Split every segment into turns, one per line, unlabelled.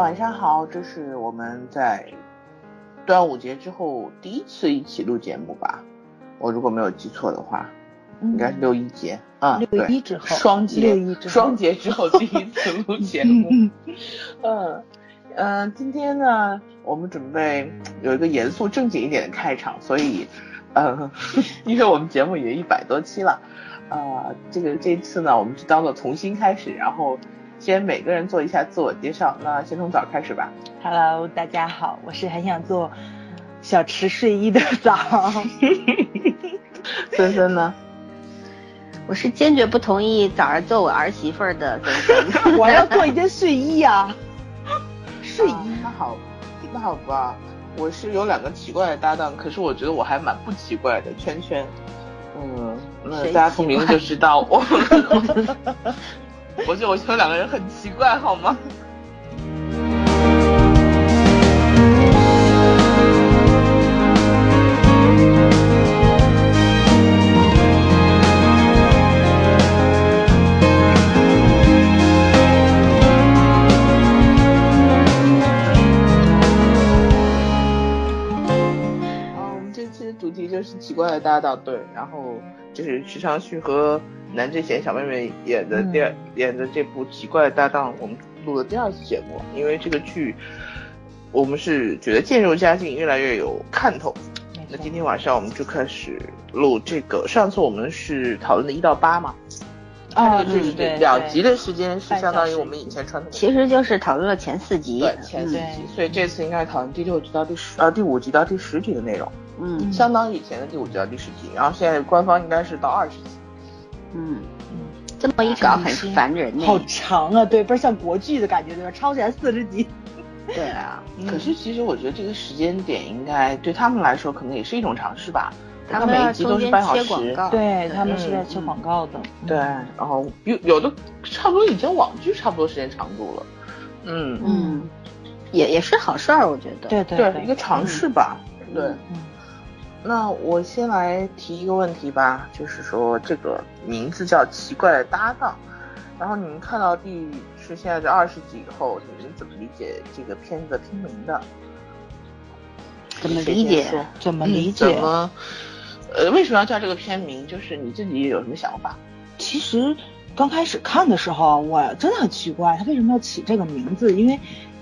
晚上好，这是我们在端午节之后第一次一起录节目吧？我如果没有记错的话，应该是六一节啊，
嗯六
对，
一之后，
双节
六一之后，
双 节之后第一次录节目。
嗯，
嗯，嗯，今天呢，我们准备有一个严肃正经一点的开场，所以，呃， 因为我们节目也一百多期了，呃，这个这次呢，我们就当做重新开始，然后先每个人做一下自我介绍。那先从早开始吧。
嗯 Hello，大家好，我是很想做小池睡衣的枣。
森森呢？
我是坚决不同意早上做我儿媳妇儿的森森。
我要做一件睡衣啊， 睡衣。
那好，那好吧。我是有两个奇怪的搭档，可是我觉得我还蛮不奇怪的。圈圈，嗯，那
谁
大家从
奇
名字就知道我。 我觉得我觉得两个人很奇怪，好吗？嗯，我们这期的主题就是奇怪的搭档，对，然后就是池昌旭和南志贤小妹妹演的第二、演的这部《奇怪的搭档》，我们录了第二次节目，因为这个剧我们是觉得渐入佳境，越来越有看头。
没
那
错
今天晚上我们就开始录这个，上次我们是讨论的一到八嘛，
哦
啊，
这
嗯
对
个
对
是
对，
两集
的，
的时间是
半小
相当于
时
我们以前传统的
其实就是讨论了前四集。
对前四
对
集，所以这次应该讨论第六集到第十呃第五集到第十集的内容。
嗯
相当于以前的第五集到第十集，然后现在官方应该是到二十集。
嗯，这么一搞很烦人呢。
好长啊，对，倍儿像国剧的感觉，对吧？超起来四十集。
对啊，
嗯
可是其实我觉得这个时间点应该对他们来说可能也是一种尝试吧。
他
看
们
每
要
一集都
中
是
间
半小
切
时，
广告。
对他们
嗯
是在切广告的。嗯
对，然后有有的差不多已经网剧差不多时间长度了。嗯，
嗯，也也是好事儿，我觉得。，
对对
一个尝试吧。对，
嗯
那我先来提一个问题吧，就是说这个名字叫《奇怪的搭档》，然后你们看到第是现在这二十集以后，你们怎么理解这个片子的片名的？
怎么理解
谁先说
怎么嗯理解？
怎么？呃，为什么要叫这个片名？就是你自己有什么想法？
其实刚开始看的时候，我真的很奇怪他为什么要起这个名字，因为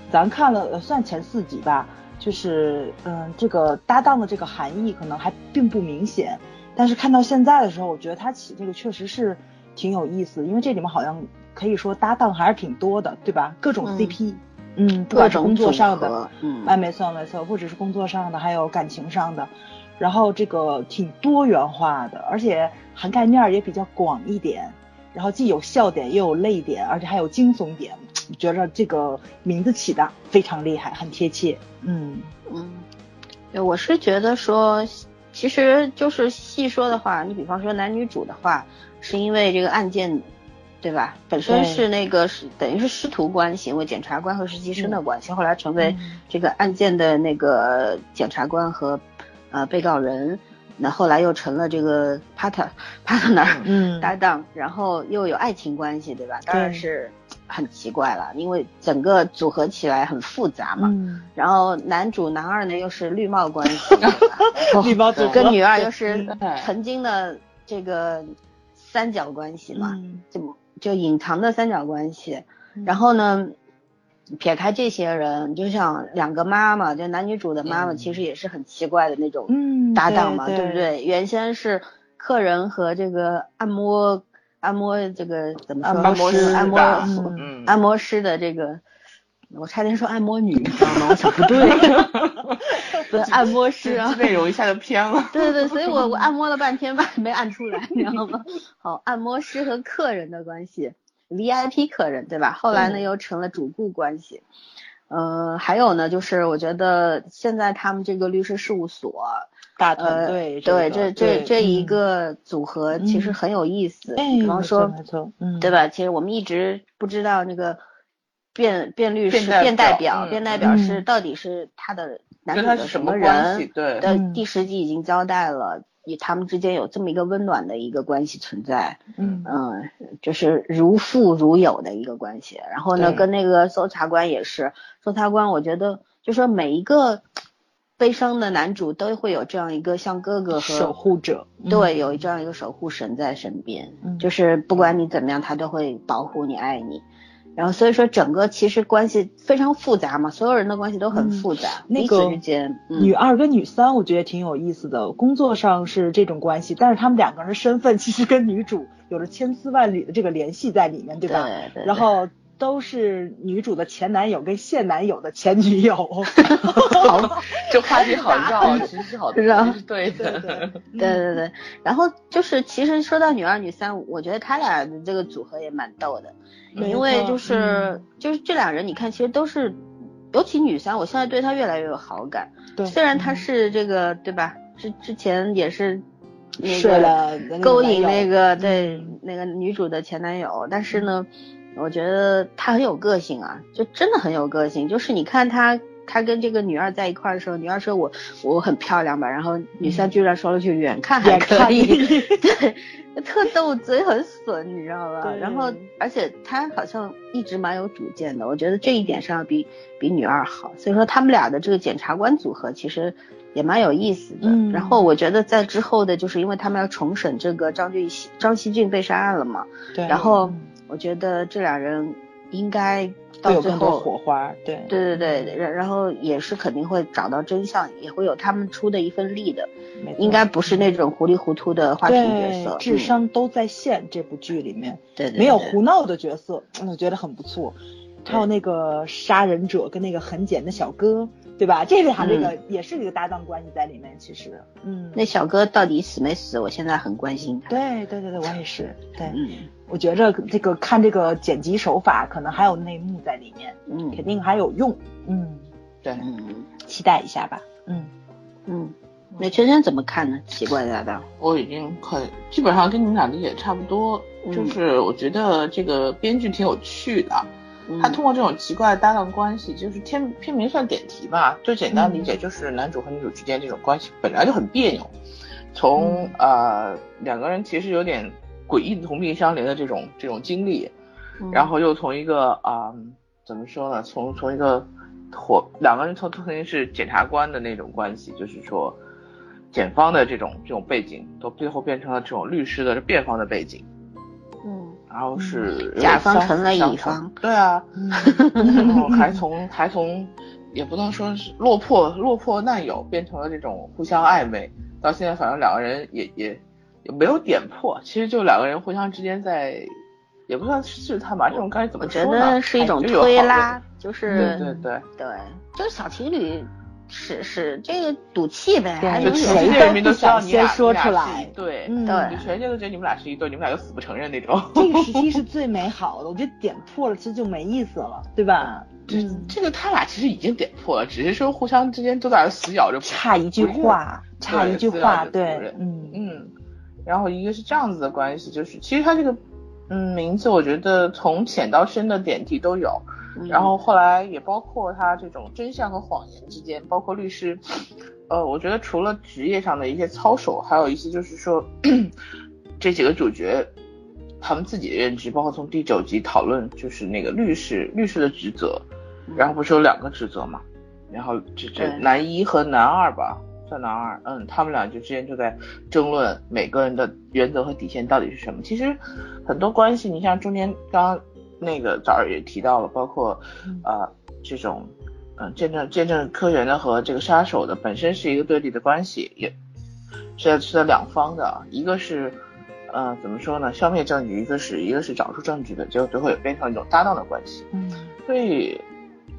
咱看了呃算前四集吧，就是嗯，这个搭档的这个含义可能还并不明显，但是看到现在的时候，我觉得他起这个确实是挺有意思，因为这里面好像可以说搭档还是挺多的，对吧？各种
嗯
CP，嗯不
各
管是工
种组
作
合，
上的，
嗯，
哎，没错没错，不只是工作上的，还有感情上的，然后这个挺多元化的，而且涵盖面儿也比较广一点，然后既有笑点，又有泪点，而且还有惊悚点，觉着这个名字起的非常厉害，很贴切。嗯，
嗯，对，我是觉得说，其实就是细说的话，你比方说男女主的话，是因为这个案件，对吧？本身
对
是那个是等于是师徒关系，因为检察官和实习生的关系，后来成为
嗯
这个案件的那个检察官和呃被告人，那后来又成了这个 partner partner
嗯
搭档，然后又有爱情关系，对吧？当然
对
是很奇怪了，因为整个组合起来很复杂嘛。
嗯，
然后男主男二呢又是绿帽 关系，
礼貌组合
哦跟女二 又是
对
曾经的这个三角关系嘛，
嗯
就就隐藏的三角关系。然后呢，撇开这些人，就像两个妈妈，就男女主的妈妈，
嗯
其实也是很奇怪的那种
嗯
搭档嘛，
对
不？对？原先是客人和这个按摩按摩这个怎么说？
按摩师
按摩
吧嗯
嗯按摩师的这个，我差点说按摩女，你知道吗？我想不对，不是按摩师啊。
内容一下就偏了。
对对对，所以我我按摩了半天吧，没按出来，你知道吗？好，按摩师和客人的关系，VIP 客人对吧？后来呢
对
又成了主顾关系。呃，还有呢，就是我觉得现在他们这个律师事务所，
大
呃，
团队这个、
对，这这这一个组合其实
嗯
很有意
嗯，
思。
哎，
比方说，
没错，没错嗯，
对？吧？其实我们一直不知道那个辩辩律
辩
师、
代
辩代
表
表、
嗯
辩代表是
嗯
到底是他的男
跟
主
他
的
是
什
么
么
关系？
人？
对，
对
嗯，
第十集已经交代了，与他们之间有这么一个温暖的一个关系存在，
嗯
嗯，就是如父如友的一个关系。然后呢，
对
跟那个搜查官也是，搜查官我觉得就说每一个悲伤的男主都会有这样一个像哥哥和
守护者，
对，有这样一个守护神在身边，
嗯
就是不管你怎么样，他都会保护你、爱你。然后所以说，整个其实关系非常复杂嘛，所有人的关系都很
嗯
复杂，
那
彼此
个
之间，嗯
女二跟女三，我觉得挺有意思的。工作上是这种关系，但是他们两个人的身份其实跟女主有着千丝万缕的这个联系在里面，对
对
吧？
对对
然后都是女主的前男友跟现男友的前女友。
这话题好绕，其实好，
绕
其实对
对
的。
对
对对对，然后就是其实说到女二、女三，我觉得他俩的这个组合也蛮逗的，
没
因为
错嗯
就是就是这俩人，你看其实都是，尤其女三，我现在对她越来越有好感，
对，
虽然她
嗯
是这个对吧，之之前也是那
睡
个
了人家
勾引
男
那
友
个对
嗯
那个女主的前男友，但是呢，我觉得他很有个性啊，就真的很有个性。就是你看他，他跟这个女二在一块儿的时候，女二说我我很漂亮吧，然后女三居然说了句远看还
眼
可
看
以，
你
对，特逗，嘴很损，你知道吧？
对
然后而且他好像一直蛮有主见的，我觉得这一点上要比比女二好，所以说他们俩的这个检察官组合其实。也蛮有意思的，
嗯
然后我觉得在之后的，就是因为他们要重审这个张俊熙张熙俊被杀案了嘛，
对，
然后
嗯
我觉得这俩人应该
会
到
有
最
更多
后，
火花，对
对对对，然然后也是肯定会找到真相，也会有他们出的一份力的，
没错
应该不是那种糊里糊涂的花瓶角色
对，，智
嗯
商都在线。这部剧里面
对对对
没有胡闹的角色，嗯我觉得很不错。
对
还有那个杀人者跟那个很简的小哥，对吧？这俩这个也是一个搭档关系在里面，其实，嗯，
嗯那小哥到底死没死，我现在很关心他，
对对对对，我也是，对，
嗯
我觉着这个看这个剪辑手法，可能还有内幕在里面，肯
嗯
定还有用，嗯，
对，
嗯
期待一下吧，嗯，
嗯，那圈圈怎么看呢？奇怪的搭档，
我已经很基本上跟你们俩理解差不多，
嗯
就是我觉得这个编剧挺有趣的，啊
嗯
他通过这种奇怪的搭档关系，就是天片名算点题吧，最简单
嗯
理解就是男主和女主之间这种关系本来就很别扭，从、
嗯
呃两个人其实有点诡异的同病相怜的这种这种经历，
嗯
然后又从一个啊、嗯怎么说呢，从从一个火两个人从曾经是检察官的那种关系，就是说检方的这种这种背景，到最后变成了这种律师的辩方的背景，
嗯
然后是有点
甲方
相辅
成了
相
乙
成
方，
对啊，
嗯
然后还从还从也不能说是落魄落魄难友变成了这种互相暧昧，到现在反正两个人也也也没有点破，其实就两个人互相之间在也不算试探吧，这种该怎
我
么
觉
说呢？
得是一种
哎就有好
推
的
拉，就是
对对对，
对，就是小情侣使使这个赌气呗，
对
还
就
能
全
谁
有
世
都
界人民都知道你俩
不想先说
你俩
出
是
来
一对，
嗯
对
就全世界都觉得你们俩是一对，你们俩就死不承认那
嗯
种。
这个时期是最美好的，我觉得点破了其实就没意思了，对吧？
嗯
嗯
这这个他俩其实已经点破了，只是说互相之间都在那儿死咬着 不
差一句话，差一句话，
对自然就
对
是，
嗯
嗯，然后一个是这样子的关系，就是其实它这个嗯名字，我觉得从浅到深的点题都有，
嗯
然后后来也包括它这种真相和谎言之间，包括律师，呃，我觉得除了职业上的一些操守，还有一些就是说 这几个主角。他们自己的认知，包括从第九集讨论，就是那个律师律师的职责，然后不是有两个职责嘛，然后这这
对
男一和男二吧，算男二，嗯，他们俩就之间就在争论每个人的原则和底线到底是什么。其实很多关系，你像中间刚刚那个早儿也提到了，包括
嗯
呃这种嗯、呃见证见证科学的和这个杀手的本身是一个对立的关系，也是在是在两方的，一个是。呃，怎么说呢？消灭证据，一个是一个是找出证据的，结果最后也变成一种搭档的关系。
嗯，
所以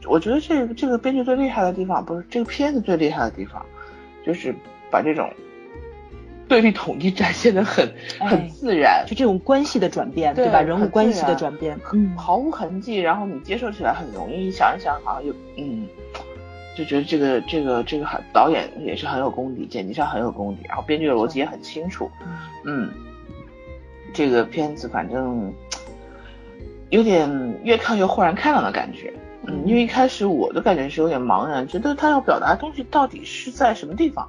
我觉得这个这个编剧最厉害的地方，不是这个片子最厉害的地方，就是把这种对立统一展现的很、
哎
很自然，
就这种关系的转变，
对
对吧？人物
很自
关系的
然
转变，嗯，
毫无痕迹，然后你接受起来很容易。想一想，好像有嗯。就觉得这个这个这个还导演也是很有功底，剪辑上很有功底，然后编剧的逻辑也很清楚，
嗯
嗯，这个片子反正有点越看越豁然开朗的感觉。嗯，因为一开始我的感觉是有点茫然，觉得他要表达的东西到底是在什么地方。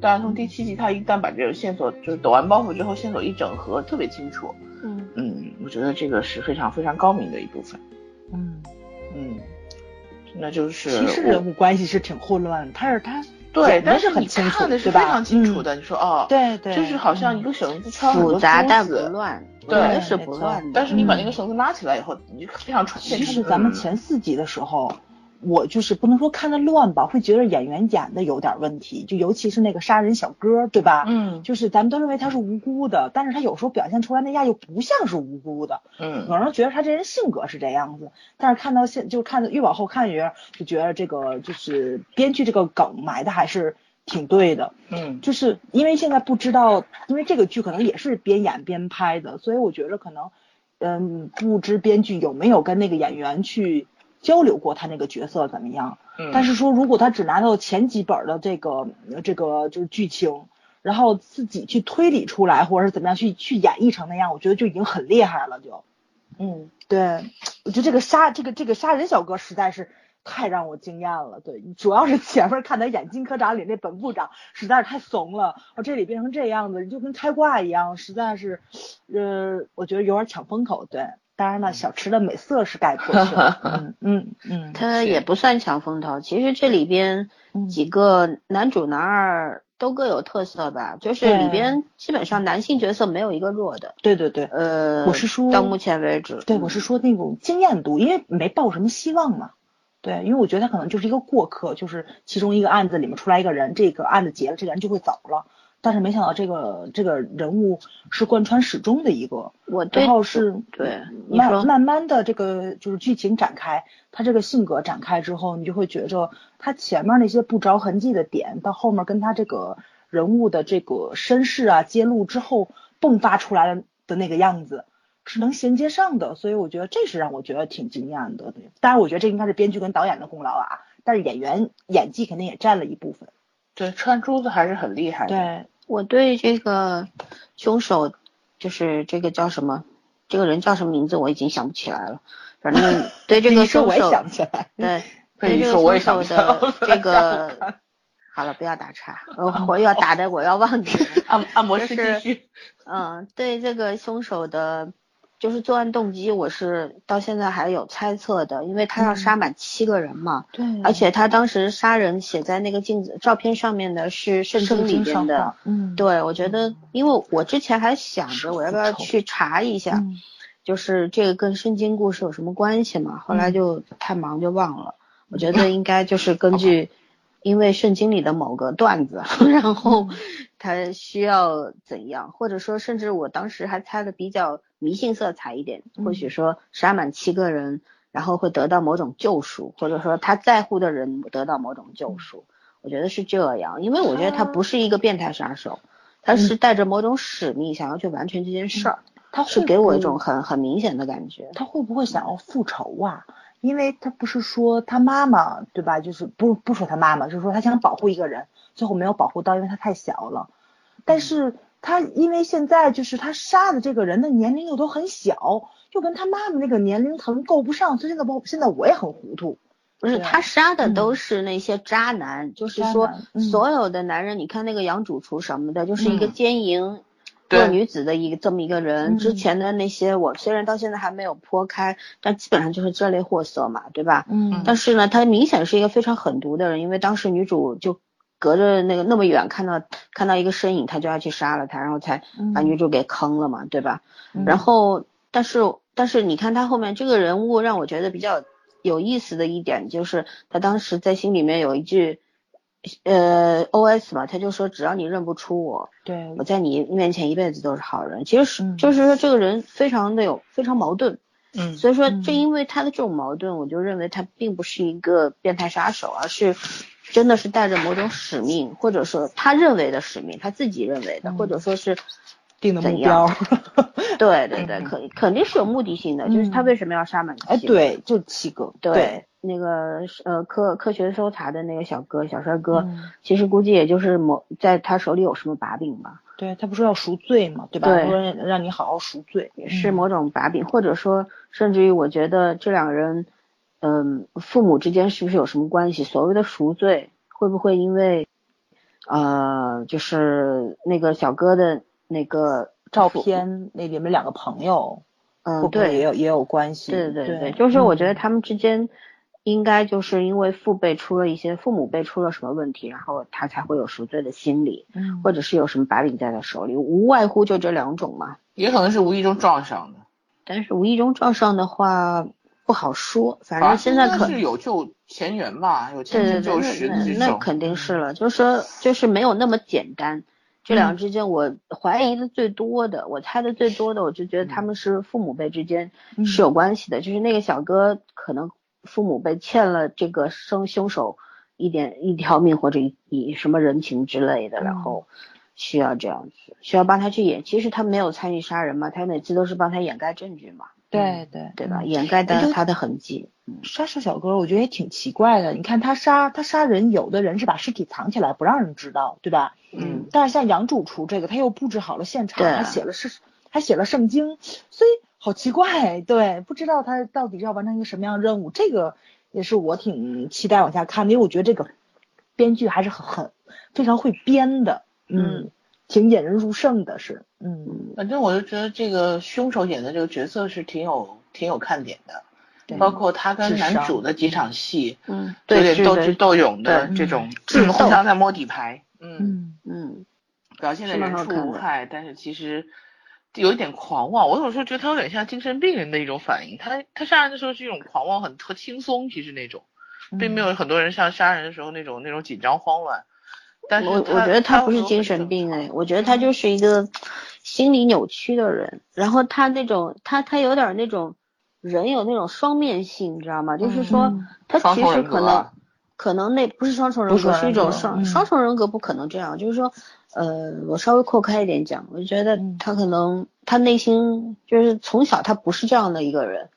对啊，从第七集他一旦把这个线索就是抖完包袱之后，线索一整合特别清楚。
嗯，
嗯，我觉得这个是非常非常高明的一部分。
嗯，
嗯，那就是
其实
我
人物关系是挺混乱的，他是他
对，
讲的
但
是很
你
清楚，
看的是
对
非
吧
常清楚
嗯
的。你说哦，
对对，
就是好
嗯
像一个绳子穿了很
复
多
杂
珠
但不
子
乱，我
对
觉得是
没
不
错
乱的。
但是你把
嗯
那个绳子拉起来以后，你就非常穿线
其
穿
实
的。
咱们
嗯
前四集的时候，我就是不能说看的乱吧，会觉得演员演的有点问题，就尤其是那个杀人小哥，对吧？
嗯
就是咱们都认为他是无辜的，但是他有时候表现出来那样又不像是无辜的，
嗯
有时候觉得他这人性格是这样子，但是看到现就看的越往后看越就觉得这个就是编剧这个梗埋的还是挺对的，
嗯
就是因为现在不知道，因为这个剧可能也是边演边拍的，所以我觉得可能，嗯，不知编剧有没有跟那个演员去交流过他那个角色怎么样。
嗯，
但是说，如果他只拿到前几本的这个呃这个就是剧情，然后自己去推理出来，或者是怎么样去去演绎成那样，我觉得就已经很厉害了。就
嗯
对，我觉得这个杀这个这个杀人小哥实在是太让我惊艳了。对，主要是前面看他演《金科长》里那本部长实在是太怂了，哦，这里变成这样子，就跟开挂一样，实在是，呃，我觉得有点抢风口。对，当然了，小池的美色是概括去了。嗯嗯嗯，
他
是
也不算抢风头。其实这里边
嗯
几个男主男二都各有特色吧，就是里
对
边基本上男性角色没有一个弱的。
对对对，
呃，
我是说
到目前为止，
对，我是说那种经验度，因为没抱什么希望嘛。对，因为我觉得他可能就是一个过客，就是其中一个案子里面出来一个人，这个案子结了，这个人就会走了。但是没想到这个这个人物是贯穿始终的一个，
我对
然后是嗯
对你说
慢慢慢的这个就是剧情展开，他这个性格展开之后，你就会觉着他前面那些不着痕迹的点，到后面跟他这个人物的这个身世啊揭露之后迸发出来的那个样子是能衔接上的，所以我觉得这是让我觉得挺惊艳的。对当然，我觉得这应该是编剧跟导演的功劳啊，但是演员演技肯定也占了一部分。
对，穿珠子还是很厉害的。
对，
我对这个凶手，就是这个叫什么，这个人叫什么名字我已经想不起来了。反正对这
你
个
说
凶
我也
手，
想不起来。
对
被你
对这
说我也
个
想
凶
不
手
起来了
的这个， 好了，不要打岔，我我要打的我要忘记了。
按按摩
就
师
是
继续。
嗯，对这个凶手的，就是作案动机，我是到现在还有猜测的，因为他要杀满七个人嘛，
对，
而且他当时杀人写在那个镜子照片上面的是圣经里边的。，
嗯，
对，我觉得，因为我之前还想着我要不要去查一下，
嗯
就是这个跟圣经故事有什么关系嘛？后来就太忙就忘了。我觉得应该就是根据，因为圣经里的某个段子， 然后他需要怎样，或者说甚至我当时还猜的比较迷信色彩一点，或许说杀满七个人，然后会得到某种救赎，或者说他在乎的人得到某种救赎。我觉得是这样，因为我觉得他不是一个变态杀手，他是带着某种使命想要去完成这件事儿。
他
是
会
给我一
不
种很很明显的感觉。
他会不会想要复仇啊？因为他不是说他妈妈对吧？就是不不说他妈妈，就是说他想保护一个人，最后没有保护到，因为他太小了。但是他因为现在就是他杀的这个人的年龄又都很小，又跟他妈妈那个年龄层够不上，所以现在我现在我也很糊涂。
不是
对
他杀的
嗯
都是那些渣男，就是
渣
说
男嗯
所有的男人，你看那个杨主厨什么的，就是一个
嗯
奸淫
对
弱女子的一个这么一个人。
嗯
之前的那些，我虽然到现在还没有剖开，但基本上就是这类货色嘛，对吧？
嗯
但是呢，他明显是一个非常狠毒的人，因为当时女主就隔着那个那么远看到看到一个身影，他就要去杀了他，然后才把
嗯
女主给坑了嘛，对吧？然后，但是但是你看他后面这个人物让我觉得比较有意思的一点就是，他当时在心里面有一句，呃，OS 嘛，他就说只要你认不出我，
对
我，在你面前一辈子都是好人。其实是
嗯
就是说这个人非常的有非常矛盾，
嗯
所以说
嗯
正因为他的这种矛盾，我就认为他并不是一个变态杀手，而是。真的是带着某种使命，或者说他认为的使命，他自己认为的，
嗯
或者说是
定的目
怎样
标。
对对对，
嗯
肯肯定是有目的性的，就是他
嗯
为什么要杀满
哎，
七？
对，就七个，
对，那个呃科科学搜查的那个小哥小帅哥，
嗯
其实估计也就是某在他手里有什么把柄吧，
对，他不说要赎罪嘛，对吧？
对
说让你好好赎罪，
也是某种把柄，或者说甚至于我觉得这两个人，嗯、父母之间是不是有什么关系？所谓的赎罪，会不会因为呃，就是那个小哥的那个
照片那里面两个朋友，会
嗯，
不会也
对，
有也有关系？
对对
对
对，就是我觉
嗯
得他们之间应该就是因为父辈出了一些父母辈出了什么问题，然后他才会有赎罪的心理，
嗯
或者是有什么把柄在他手里，无外乎就这两种嘛。
也可能是无意中撞上的。
但是无意中撞上的话不好说，反
啊
正现在
应该
可
是有救前缘吧，有
对
前
对
尘旧
对，
识
那
之
那那
种。
肯定是了，就是说就是没有那么简单。这两个之间，我怀疑的最多的，我猜的最多的，我就觉得他们是父母辈之间
嗯
是有关系的，就是那个小哥可能父母辈欠了这个凶凶手一点一条命或者一一什么人情之类的，然
嗯
后需要这样子，需要帮他去掩。其实他没有参与杀人嘛，他每次都是帮他掩盖证据嘛，
对对
对吧？
嗯
掩盖
哎
他
就
他的痕迹。
杀手小哥，我觉得也挺奇怪的。你看他杀他杀人，有的人是把尸体藏起来不让人知道，对吧？
嗯，
但是像杨主厨这个，他又布置好了现场，
对啊
还写了是还写了圣经，所以好奇怪，对，不知道他到底要完成一个什么样的任务。这个也是我挺期待往下看的，因为我觉得这个编剧还是很很非常会编的，嗯，挺引人入胜的是，嗯，
反正我就觉得这个凶手演的这个角色是挺有挺有看点的，
对
包括他跟
智商
男主的几场戏，
嗯，
有
对，
点
是
斗
的嗯
智斗勇的
对
这种，
智斗
互相在摸底牌。嗯，
嗯
嗯。
表现的
是蛮
人
好
畜
看
无
的
害，但是其实有一点狂妄。我有时候觉得他有点像精神病人的一种反应，他他杀人的时候是一种狂妄，很很轻松，其实那种。并没有
嗯
很多人像杀人的时候那种那种紧张慌乱。但是
我我觉得他不是精神病哎
哎，，
我觉得他就是一个心理扭曲的人。然后他那种他他有点那种人有那种双面性，你知道吗？就是说
嗯
他
双
其
重
实
人格
可能
啊
可能那不是双重
不
人
是
格，
双
是一
重
种
人格
双
嗯
双重人格不可能这样。就是说，呃，我稍微扩开一点讲，我就觉得
嗯
他可能他内心就是从小他不是这样的一个人，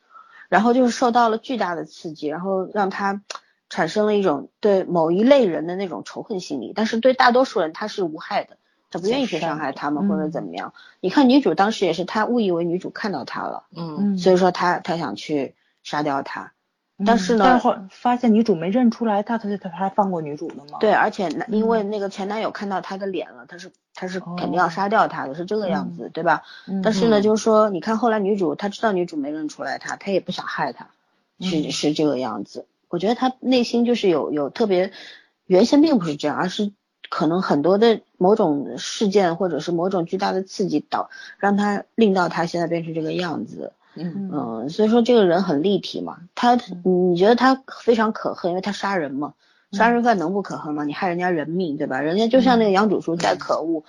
然后就是受到了巨大的刺激，然后让他产生了一种对某一类人的那种仇恨心理，但是对大多数人他是无害的，他不愿意去伤害他们
嗯
或者怎么样。你看女主当时也是，她误以为女主看到他了，
嗯，
嗯，
所以说她她想去杀掉他，
嗯
但是呢
但后来发现女主没认出来他，他他他还放过女主了吗？
对，而且男
嗯
因为那个前男友看到她的脸了，他是他是
哦
肯定要杀掉她的，是这个样子，对吧？
嗯，
但是呢，
嗯
就是说，你看后来女主她知道女主没认出来她，她也不想害她，是
嗯
是这个样子。我觉得她内心就是有有特别，原先并不是这样，而是可能很多的某种事件或者是某种巨大的刺激导让她令到她现在变成这个样子。
嗯，
嗯
嗯，所以说这个人很立体嘛，他你觉得他非常可恨，因为他杀人嘛，杀
嗯
人犯能不可恨吗？你害人家人命，对吧？人家就像那个杨主厨再可恶，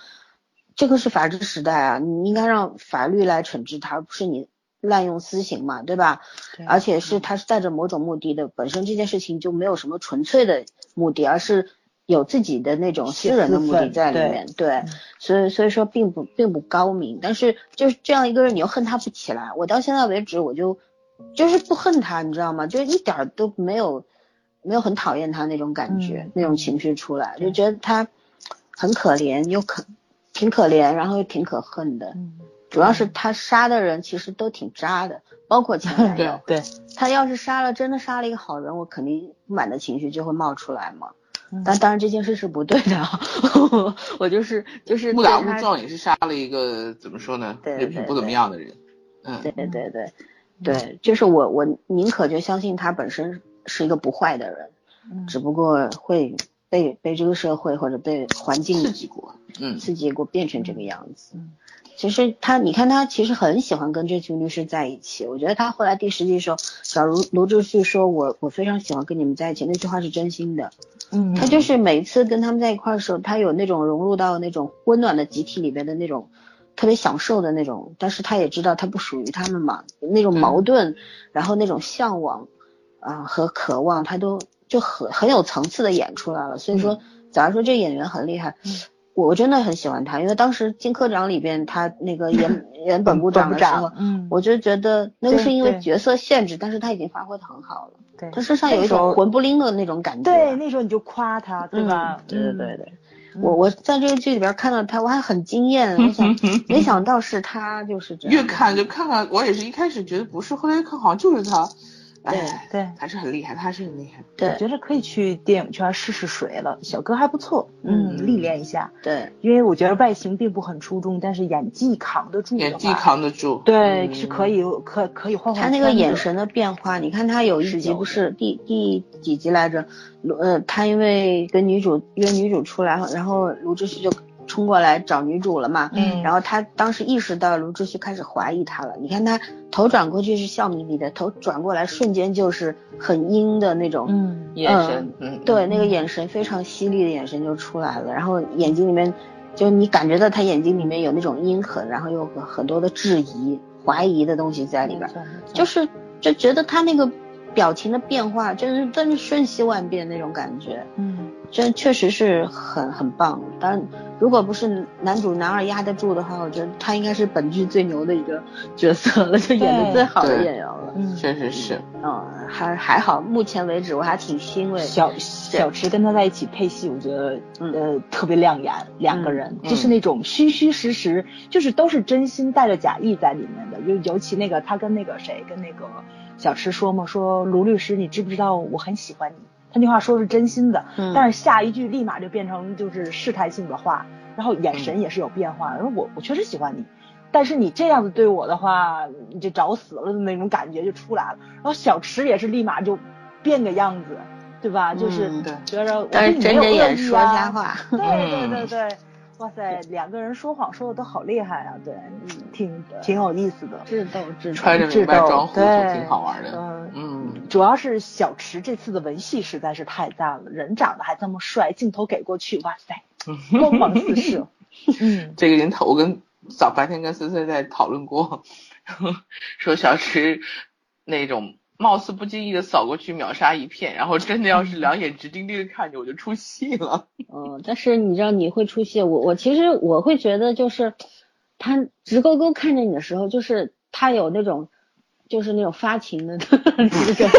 这个是法治时代啊，你应该让法律来惩治他，而不是你滥用私刑嘛，对吧？
对嗯
而且是他是带着某种目的的，本身这件事情就没有什么纯粹的目的，而是有自己的那种私
私
人的目的
愤
在里
对嗯
面，对，所以所以说并不并不高明，但是就是这样一个人，你又恨他不起来。我到现在为止，我就就是不恨他，你知道吗？就一点儿都没有没有很讨厌他那种感觉，
嗯
那种情绪出来，
对
就觉得他很可怜，又可挺可怜，然后又挺可恨的。
嗯，
主要是他杀的人其实都挺渣的，包括前男友。
对，
他要是杀了真的杀了一个好人，我肯定不满的情绪就会冒出来嘛。
嗯
但当然这件事是不对的 啊，我就是就是
误
对
打
他
误撞也是杀了一个怎么说呢，
对
人品
对
不怎么
对
样的人。嗯，
对对对对，对，就是我我宁可就相信他本身是一个不坏的人，
嗯
只不过会被被这个社会或者被环
刺
境
激过。嗯，
刺激过，变成这个样子
嗯。
其实他，你看他其实很喜欢跟这群律师在一起。我觉得他后来第十季说，假如罗志旭说我我非常喜欢跟你们在一起，那句话是真心的。
嗯，
他就是每次跟他们在一块儿的时候，他有那种融入到那种温暖的集体里边的那种特别享受的那种，但是他也知道他不属于他们嘛，那
嗯
种矛盾，然后那种向往啊、和渴望，他都就很很有层次的演出来了。所以说，假如说这演员很厉害。
嗯
我我真的很喜欢他，因为当时《金科长》里边他那个演演本部长的时候，
嗯，
我就觉得那个
对
是因为
对
角色限制，但是他已经发挥的很好了，
对
他身上有一
那时
种
候
魂不吝的那种感觉。
对那时候你就夸他，对
嗯
吧？
对对对
嗯，
对，我我在这个剧里边看到他，我还很惊艳，啊我 想没想到是他就是这样。
越看就看看，我也是一开始觉得不是，后来一看好像就是他。
哎，
对，
还是很厉害，他是很厉害。
我
对
觉得可以去电影圈试试水了，小哥还不错，
嗯
历练一下，
对
因为我觉得外形并不很出众，但是演技扛得住的话，
演技扛得住，
对、
嗯
是可。以可可以换换
他那个
圈子
眼神的变化，你看他有一集不是第第几集来着？卢呃，他因为跟女主约女主出来，然后卢志旭就冲过来找女主了嘛。
嗯
然后他当时意识到卢志旭开始怀疑他了。你看他头转过去是笑眯眯的，头转过来瞬间就是很阴的那种，
嗯
眼神，嗯，
对，那个眼神非常犀利的眼神就出来了，然后眼睛里面，就你感觉到他眼睛里面有那种阴狠，然后又有很多的质疑、怀疑的东西在里边，就是是就觉得他那个表情的变化，真是真是瞬息万变那种感觉，
嗯
真确实是很很棒。当然，如果不是男主男二压得住的话，我觉得他应该是本剧最牛的一个角色了，就演
对
的最好的
对
演员了。
嗯，
确实是。
嗯，还还好，目前为止我还挺欣慰。
小小池跟他在一起配戏，我觉得、
嗯
呃特别亮眼，两个人、就是那种虚虚实实，就是都是真心带着假意在里面的。尤尤其那个他跟那个谁跟那个小池说嘛，说卢律师，你知不知道我很喜欢你？他那话说是真心的，
嗯
但是下一句立马就变成就是试探性的话，然后眼
嗯
神也是有变化。然后我我确实喜欢你，但是你这样子对我的话，你就找死了的那种感觉就出来了。然后小池也是立马就变个样子，对吧？就是
嗯
对
觉着我
但
对
是
你没有
睁着
恶
眼
意
说瞎
啊。
话，
对对对
嗯
对，哇塞，两个人说谎说的都好厉害啊！对，挺挺有意思的。
智斗智斗。
揣着明白
智斗
装糊涂，
对
挺好玩的。
嗯，
嗯，
主要是小池这次的文戏实在是太赞了，人长得还这么帅，镜头给过去，哇 塞，光芒四射。嗯，
这个人头，我跟早白天跟思思在讨论过，说小池那种貌似不经意的扫过去秒杀一片，然后真的要是两眼直盯盯的看着，我就出戏了。
嗯，但是你知道你会出戏，我我其实我会觉得就是他直勾勾看着你的时候，就是他有那种就是那种发情的 那种，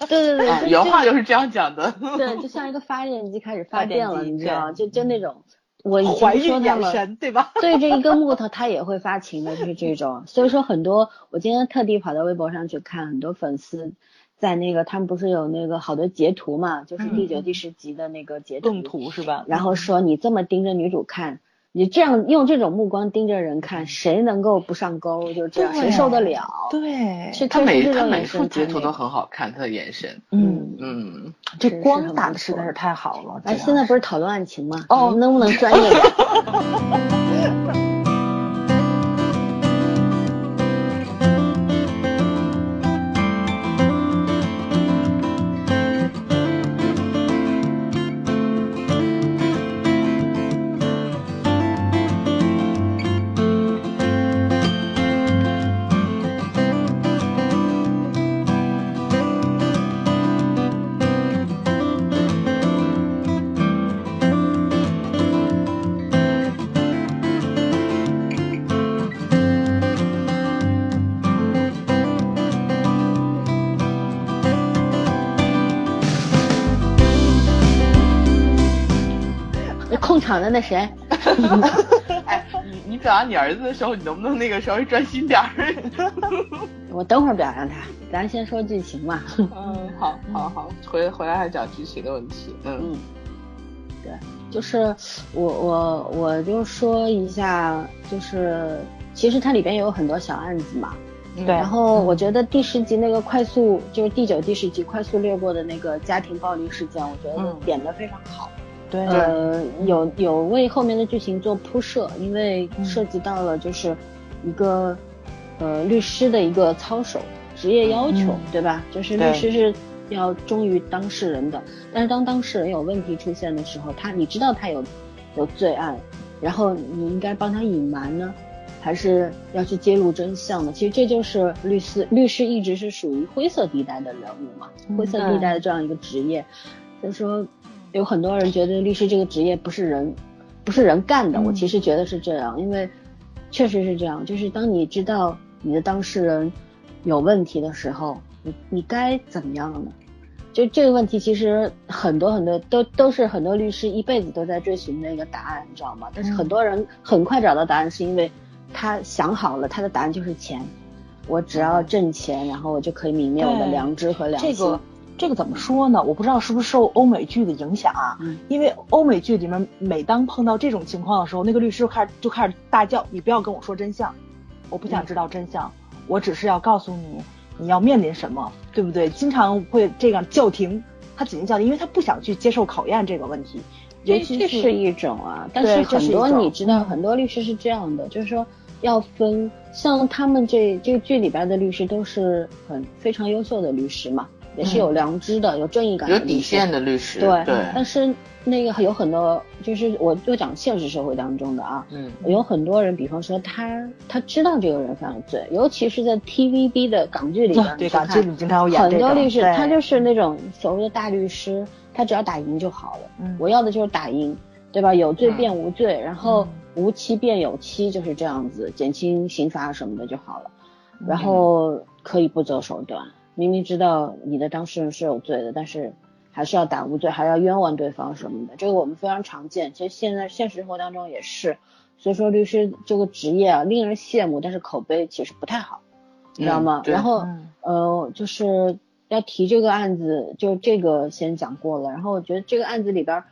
对对对，
啊，
就
原话就是这样讲的。
对，就像一个发电机开始
发
发
电
电了，
机
你知道吗？
对
就就那种我已
嗯怀
经说
孕
到
眼
了。
神，对 吧？
对着一根木头，它也会发情的，就是这种。所以说，很多我今天特地跑到微博上去看，很多粉丝在那个他们不是有那个好多截图嘛，就是
嗯
第九、第十集的那个截图，
动图是吧？
然后说你这么盯着女主看，你这样用这种目光盯着人看，谁能够不上钩？就这样，
对
谁受得了？
对，
是
他
确实
每
这
他
种
每
眼
幅
神
截
太
图
美
都很好看，他的眼神。
嗯，
嗯，
这
真是
光
很
打
不
的实在
错
是太好了。
哎，
对啊
现在不是讨论爱情吗？
哦
我们能 不能专业点？那控场的那谁？
哎，你你表扬你儿子的时候，你能不能那个稍微专心点 儿？
我等会儿表扬他，咱先说剧情嘛。
嗯，好，好，好，回回来还讲剧情的问题。嗯
嗯，对，就是我我我就说一下，就是其实它里边有很多小案子嘛。
嗯
对
然后我觉得第十集那个快速，就是第九、第十集快速略过的那个家庭暴力事件，我觉得
嗯
点的非常好。
对
呃，有有为后面的剧情做铺设，因为
嗯
涉及到了就是一个、呃律师的一个操守、职业要求，
嗯
对吧？就是
对
律师是要忠于当事人的，但是当当事人有问题出现的时候，他你知道他有有罪案，然后你应该帮他隐瞒呢，还是要去揭露真相呢？其实这就是律师，律师一直是属于灰色地带的人物嘛，
嗯
灰色地带的这样一个职业，就是说有很多人觉得律师这个职业不是人，不是人干的。
嗯
我其实觉得是这样，因为确实是这样，就是当你知道你的当事人有问题的时候，你你该怎么样呢？就这个问题，其实很多很多都都是很多律师一辈子都在追寻的一个答案，你知道吗？
嗯
但是很多人很快找到答案，是因为他想好了，他的答案就是钱，我只要挣钱，然后我就可以泯灭我的
对
良知和良心。
这个这个怎么说呢？我不知道是不是受欧美剧的影响啊，
嗯
因为欧美剧里面每当碰到这种情况的时候，那个律师就开始就开始大叫：“你不要跟我说真相，我不
嗯
想知道真相，我只是要告诉你你要面临什么，对不对？”经常会这样叫停，他紧急叫停，因为他不想去接受考验这个问题，尤
这
其
这
是
是一种啊，但
对
是
这是
很
一
多
种
你知道，
嗯
很多律师是这样的，就是说要分，像他们这这个剧里边的律师都是很非常优秀的律师嘛，也是
嗯
有良知的、有正义感的
有
律
底
师
线的律师，
对，嗯
对，
但是那个有很多，就是我就讲现实社会当中的啊，
嗯，
有很多人，比方说他他知道这个人犯了罪，尤其是在 TVB 的港剧里边，
啊对
你去
港剧
看
里经常有演
很
这种
多律师
对
他就是那种所谓的大律师，他只要打赢就好了。
嗯
我要的就是打赢，对吧？有罪变无罪，然后
嗯
无期变有期，就是这样子，减轻刑罚什么的就好了。
嗯
然后可以不择手段，明明知道你的当事人是有罪的，但是还是要打无罪，还要冤枉对方什么的，这个我们非常常见。其实现在现实生活当中也是，所以说律师这个职业啊，令人羡慕，但是口碑其实不太好，你知道
嗯？
吗
对
然后。
嗯
呃，就是要提这个案子，就这个先讲过了。然后我觉得这个案子里边儿，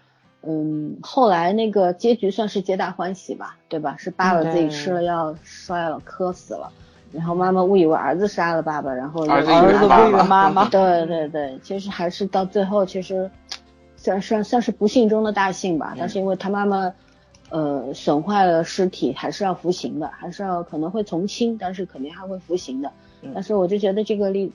嗯，后来那个结局算是皆大欢喜吧，对吧？是爸爸自己吃了药摔了磕死了，然后妈妈误以为儿子杀了爸爸，然后
儿子
以为
儿
是
子
爸
爸
爸妈妈
对对对，其实还是到最后，其实算算算是不幸中的大幸吧。但是因为他妈妈，呃，损坏了尸体，还是要服刑的，还是要可能会从轻，但是肯定还会服刑的
嗯。
但是我就觉得这个例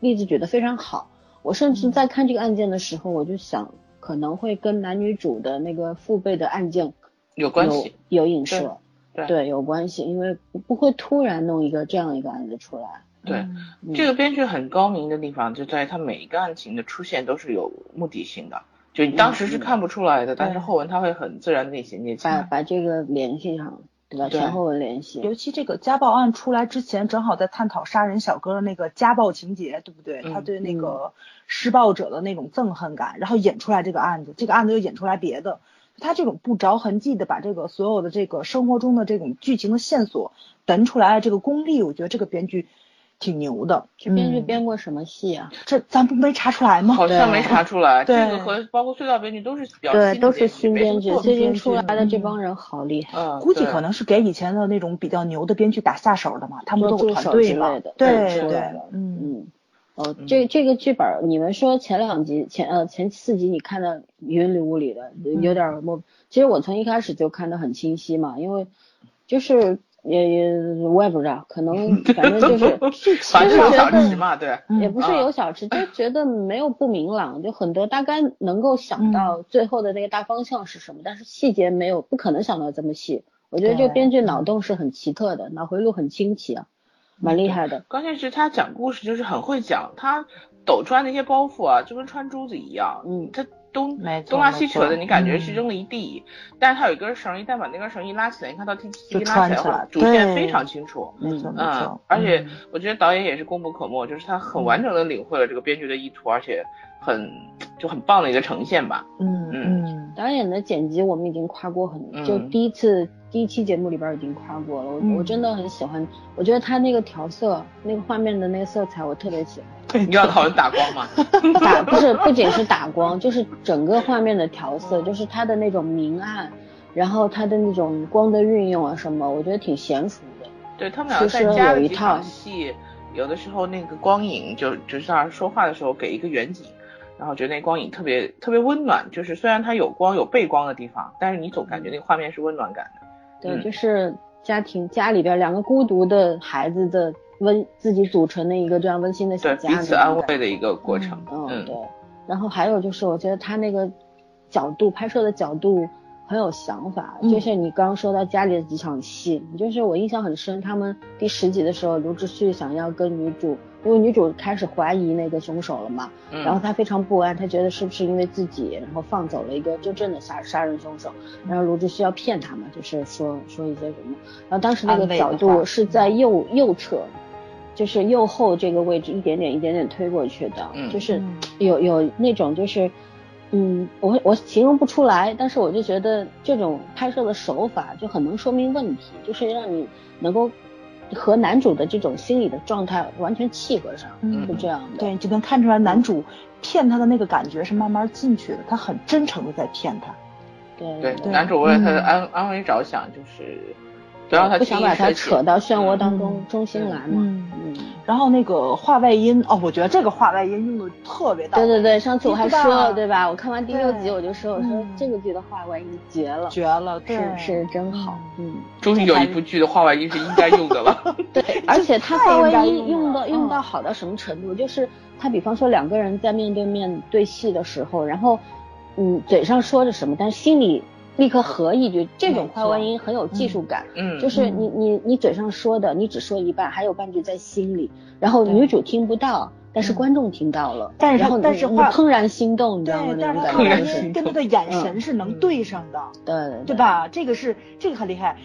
例子举得非常好。我甚
嗯
至在看这个案件的时候，我就想可能会跟男女主的那个父辈的案件
有关系，
有有影射，
对对
有关系，因为不不会突然弄一个这样一个案子出来。
对。
嗯
这个编剧很高明的地方就在于他每一个案情的出现都是有目的性的，就你当
嗯
时是看不出来的，但是后文他会很自然的给你衔接起
把
来。
把这个联系上，嗯对吧？
对
前后文联系。
尤其这个家暴案出来之前，正好在探讨杀人小哥的那个家暴情节，对不对？
嗯
他对那个施暴者的那种憎恨感，然后引出来这个案子，这个案子又引出来别的。他这种不着痕迹的把这个所有的这个生活中的这种剧情的线索掸出来，这个功力，我觉得这个编剧挺牛的。
这编剧
嗯
编过什么戏啊？
这咱不没查出来吗？
好像没查出来，这
对
个和包括隧道编剧都是比较
对，
新的
都是
编剧
新
没
编
什
剧
么，作
最
品
近
编
出来
剧
的这
嗯
帮人好厉害。
嗯，
估计
对
可能是给以前的那种比较牛的编剧打下手的嘛，他们都
做
有
助手
团队
之
嘛
类的，
对
出
对
来了，
嗯
嗯，哦，这这个剧本儿，你们说前两集前呃前四集你看的云里雾里的，有
嗯
点儿模。其实我从一开始就看得很清晰嘛，因为就是也也我也不知道，可能反正 就是是其
反
实
正有小
觉得
时嘛，对，
嗯
也不是有小吃，就觉得没有不明朗，就很多大概能够
嗯
想到最后的那个大方向是什么，但是细节没有，不可能想到这么细。我觉得这
对嗯
编剧脑洞是很奇特的，脑回路很新奇啊，蛮厉害的。
关键是他讲故事就是很会讲，他抖出来那些包袱啊，就跟穿珠子一样，
嗯
他东
没错
东拉西扯
没
的，
错
你感觉是
嗯
扔了一地，但是他有一根绳，一旦把那根绳一拉起来，你看到 T T
就
拉
穿
起来
起来
会主线
对
非常清楚。
没错没
嗯
错，，
而且
嗯
我觉得导演也是功不可没，就是他很完整的领会了这个编剧的意图，而且很就很棒的一个呈现吧。
嗯
嗯
嗯。
导演的剪辑我们已经夸过很，
嗯
就第一次第一期节目里边已经夸过了。我、
嗯
我真的很喜欢，我觉得他那个调色，那个画面的那个色彩我特别喜欢。
你要讨论打光吗？
打不是不仅是打光，就是整个画面的调色，就是它的那种明暗，然后它的那种光的运用啊什么，我觉得挺娴熟的。
对他们俩在家的几场戏，有的时候那个光影就就像说话的时候给一个远景，然后觉得那光影特别特别温暖，就是虽然它有光有背光的地方，但是你总感
嗯
觉那个画面是温暖感的。
对，
嗯
就是家庭家里边两个孤独的孩子的温自己组成的一个这样温馨的小
对
家，
彼
那
此
种
安
感觉
慰的一个过程。
嗯，对
嗯，。
然后还有就是，我觉得他那个角度拍摄的角度很有想法，
嗯
就是你刚说到家里的几场戏，就是我印象很深，他们第十集的时候，卢志旭想要跟女主，因为女主开始怀疑那个凶手了嘛，
嗯
然后他非常不安，他觉得是不是因为自己，然后放走了一个真正的杀杀人凶手，
嗯
然后卢志需要骗他嘛，就是说说一些什么，然后当时那个
安慰的
角
话
度是在右右侧，就是右后这个位置一点点一点点推过去的，
嗯
就是
嗯
有有那种就是。嗯，我我形容不出来，但是我就觉得这种拍摄的手法就很能说明问题，就是让你能够和男主的这种心理的状态完全契合上，
嗯
是这样的。
对，你就能看出来男主骗他的那个感觉是慢慢进去的，他很真诚的在骗他。
对
对
对，
对
男主为了他的
嗯
安、安危着想，就是不让他
不想
轻易
把他
涉
扯
险
到漩涡当中、
嗯
中心来嘛。
嗯，
嗯，
然后那个话外音哦，我觉得这个话外音用的特别到
对
位，
对对，上次我还
你知道
说
啊
了对吧？我看完第六集
对
我就说，我说
嗯
这个剧的话外音绝了，
绝了，对
是是真好。嗯，
终于有一部剧的话外音是应该用的了。
对，
而
而
且
且他
太
话
应该
外
用
音用
了
到
嗯
用到好到什么程度？就是他比方说两个人在面对面对戏的时候，然后嗯嘴上说着什么，但心里立刻合一句，这种
没
话
错
外音很有技术
嗯
感。
嗯，
就是
嗯
你你你嘴上说的，你只说一半，还有半句在心里，然后女主听不到，但是
嗯
观众听到了，
但是
然后
但
你
是
你
话
怦然心动，你知
对
道吗？，那
但是他
种
话
感
怦
外
然
觉，
心
音跟他的眼神是能
嗯
对上的，
对对
对？吧？这个是这个很厉害，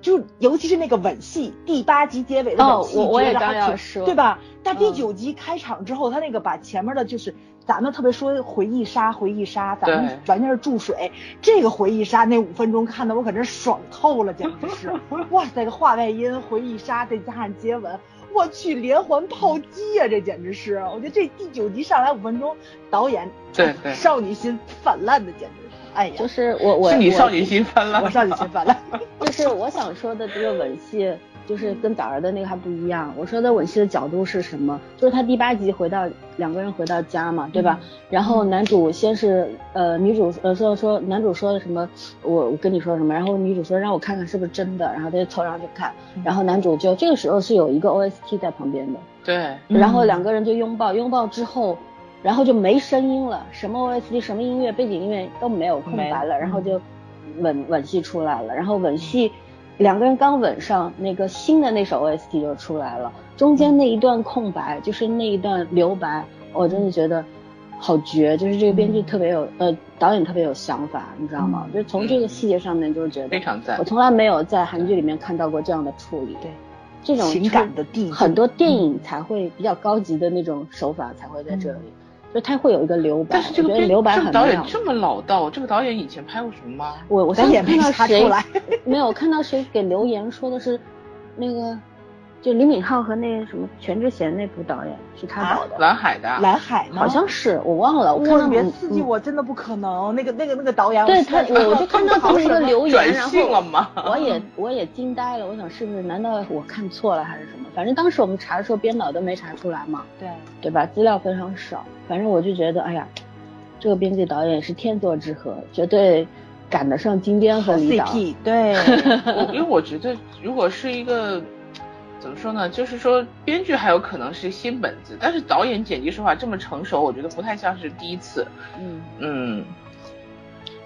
就尤其是那个吻戏，第八集结尾的吻
哦
戏，
我我也
觉得还
刚要
挺
说
对吧？但第
嗯
九集开场之后，他那个把前面的就是咱们特别说回忆杀，回忆杀，咱
对
们完全是注水。这个回忆杀那五分钟看的我可真爽透了，简直是！ 哇塞，个话外音回忆杀，再加上接吻，我去连环炮击啊呀、这简直是！我觉得这第九集上来五分钟，导演
对
哎
对
少女心泛滥的简直是，哎呀，
就是我我
是你
我
少女心翻了，
我少女心泛滥。
就是我想说的这个吻戏，就是跟早儿的那个还不一样。我说的吻戏的角度是什么？就是他第八集回到两个人回到家嘛， 对吧？
嗯
然后男主先是呃女主呃说说男主说的什么，我我跟你说什么，然后女主说让我看看是不是真的，然后他就凑上去看，然后男主就这个时候是有一个 OST 在旁边的，
对，
嗯
然后两个人就拥抱，拥抱之后，然后就没声音了，什么 OST 什么音乐背景音乐都没有，空白了，
嗯
然后就吻吻戏出来了，然后吻戏两个人刚吻上，那个新的那首 OST 就出来了，中
嗯
间那一段空白就是那一段留白，我真的觉得。好绝，就是这个编剧特别有，呃，导演特别有想法，你知道吗？
嗯
就从这个细节上面，就是觉得
非常赞
我。从来没有在韩剧里面看到过这样的处理，
对，
这种
情
处
感的递进
很多电影才会比较高级的那种手法才会在这里，就它会有一个留白，
嗯但是这个
我觉得
编
留白
这个
很
导
妙
演。这么老道，这个导演以前拍过什么吗？
我我
咱
上次
也没
看到
查
谁
出来
没有我看到谁给留言说的是那个，就李敏镐和那个什么全智贤那部导演是他导的，
蓝海的，啊
蓝海呢？
好像是我忘了，
哦
我看
哇，
到
你别
嗯
刺激
嗯
我，真的不可能。那个那个那个导演，
对
实在
他，
是
我我就看到这么一个留言，
转
然后
性了吗？
我也我也惊呆了，我想是不是难道我看错了还是什么？反正当时我们查的时候，编导都没查出来嘛，
对，
对吧？资料非常少，反正我就觉得，哎呀，这个编剧导演是天作之合，绝对赶得上金编和李导。
CP 对，啊
我因为我觉得，如果是一个怎么说呢，就是说编剧还有可能是新本子，但是导演剪辑手法这么成熟，我觉得不太像是第一次。
嗯，
嗯，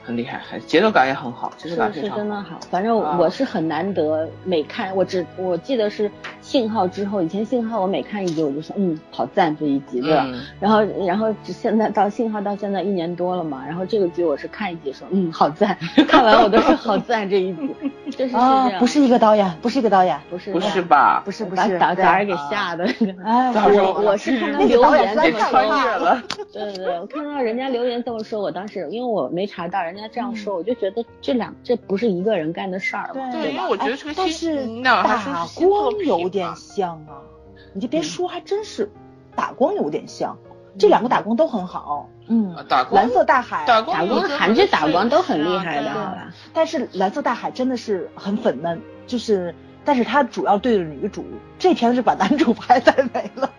很厉害，还节奏感也很好，节
是
奏感
是
非常
真
好。
的好，反正
啊
我是很难得每看，我只我记得是信号之后，以前信号我每看一集我就说，嗯，好赞这一集，对吧？
嗯，
然后，然后只现在到信号到现在一年多了嘛，然后这个剧我是看一集说，嗯，好 赞，看完我都说好赞这一集，真是是这样，
啊，不是一个导演，不是一个导演，
不是
不
这样
是吧？
不是不
把
是，
把
对啊
咱儿给吓的，
哎，
到时候
我
我是看到
那个
留
导演
言
实在
也
这
太
么
可
穿
说
怕
越
的，
了，
对对对，我看到人家留言这么说，我当时因为我没查到，人家这样说，
嗯
我就觉得这两这不是一个人干的事儿嘛，
对啊
对，因为
吧？
我觉得这个
但
新，
是
那他说
打
是新作
光
品
有
嘛
点像啊，你就别说，还真是打光有点像，这两个打光都很好，嗯
啊，打光
蓝色大海，
打光
打
有
光
专门
韩剧
的
打
摄
光
影
都很
师
厉
啊
害的，
对
好
啊
吧？
但是蓝色大海真的是很粉嫩，就是，但是他主要对着女主，这片是把男主拍太美了。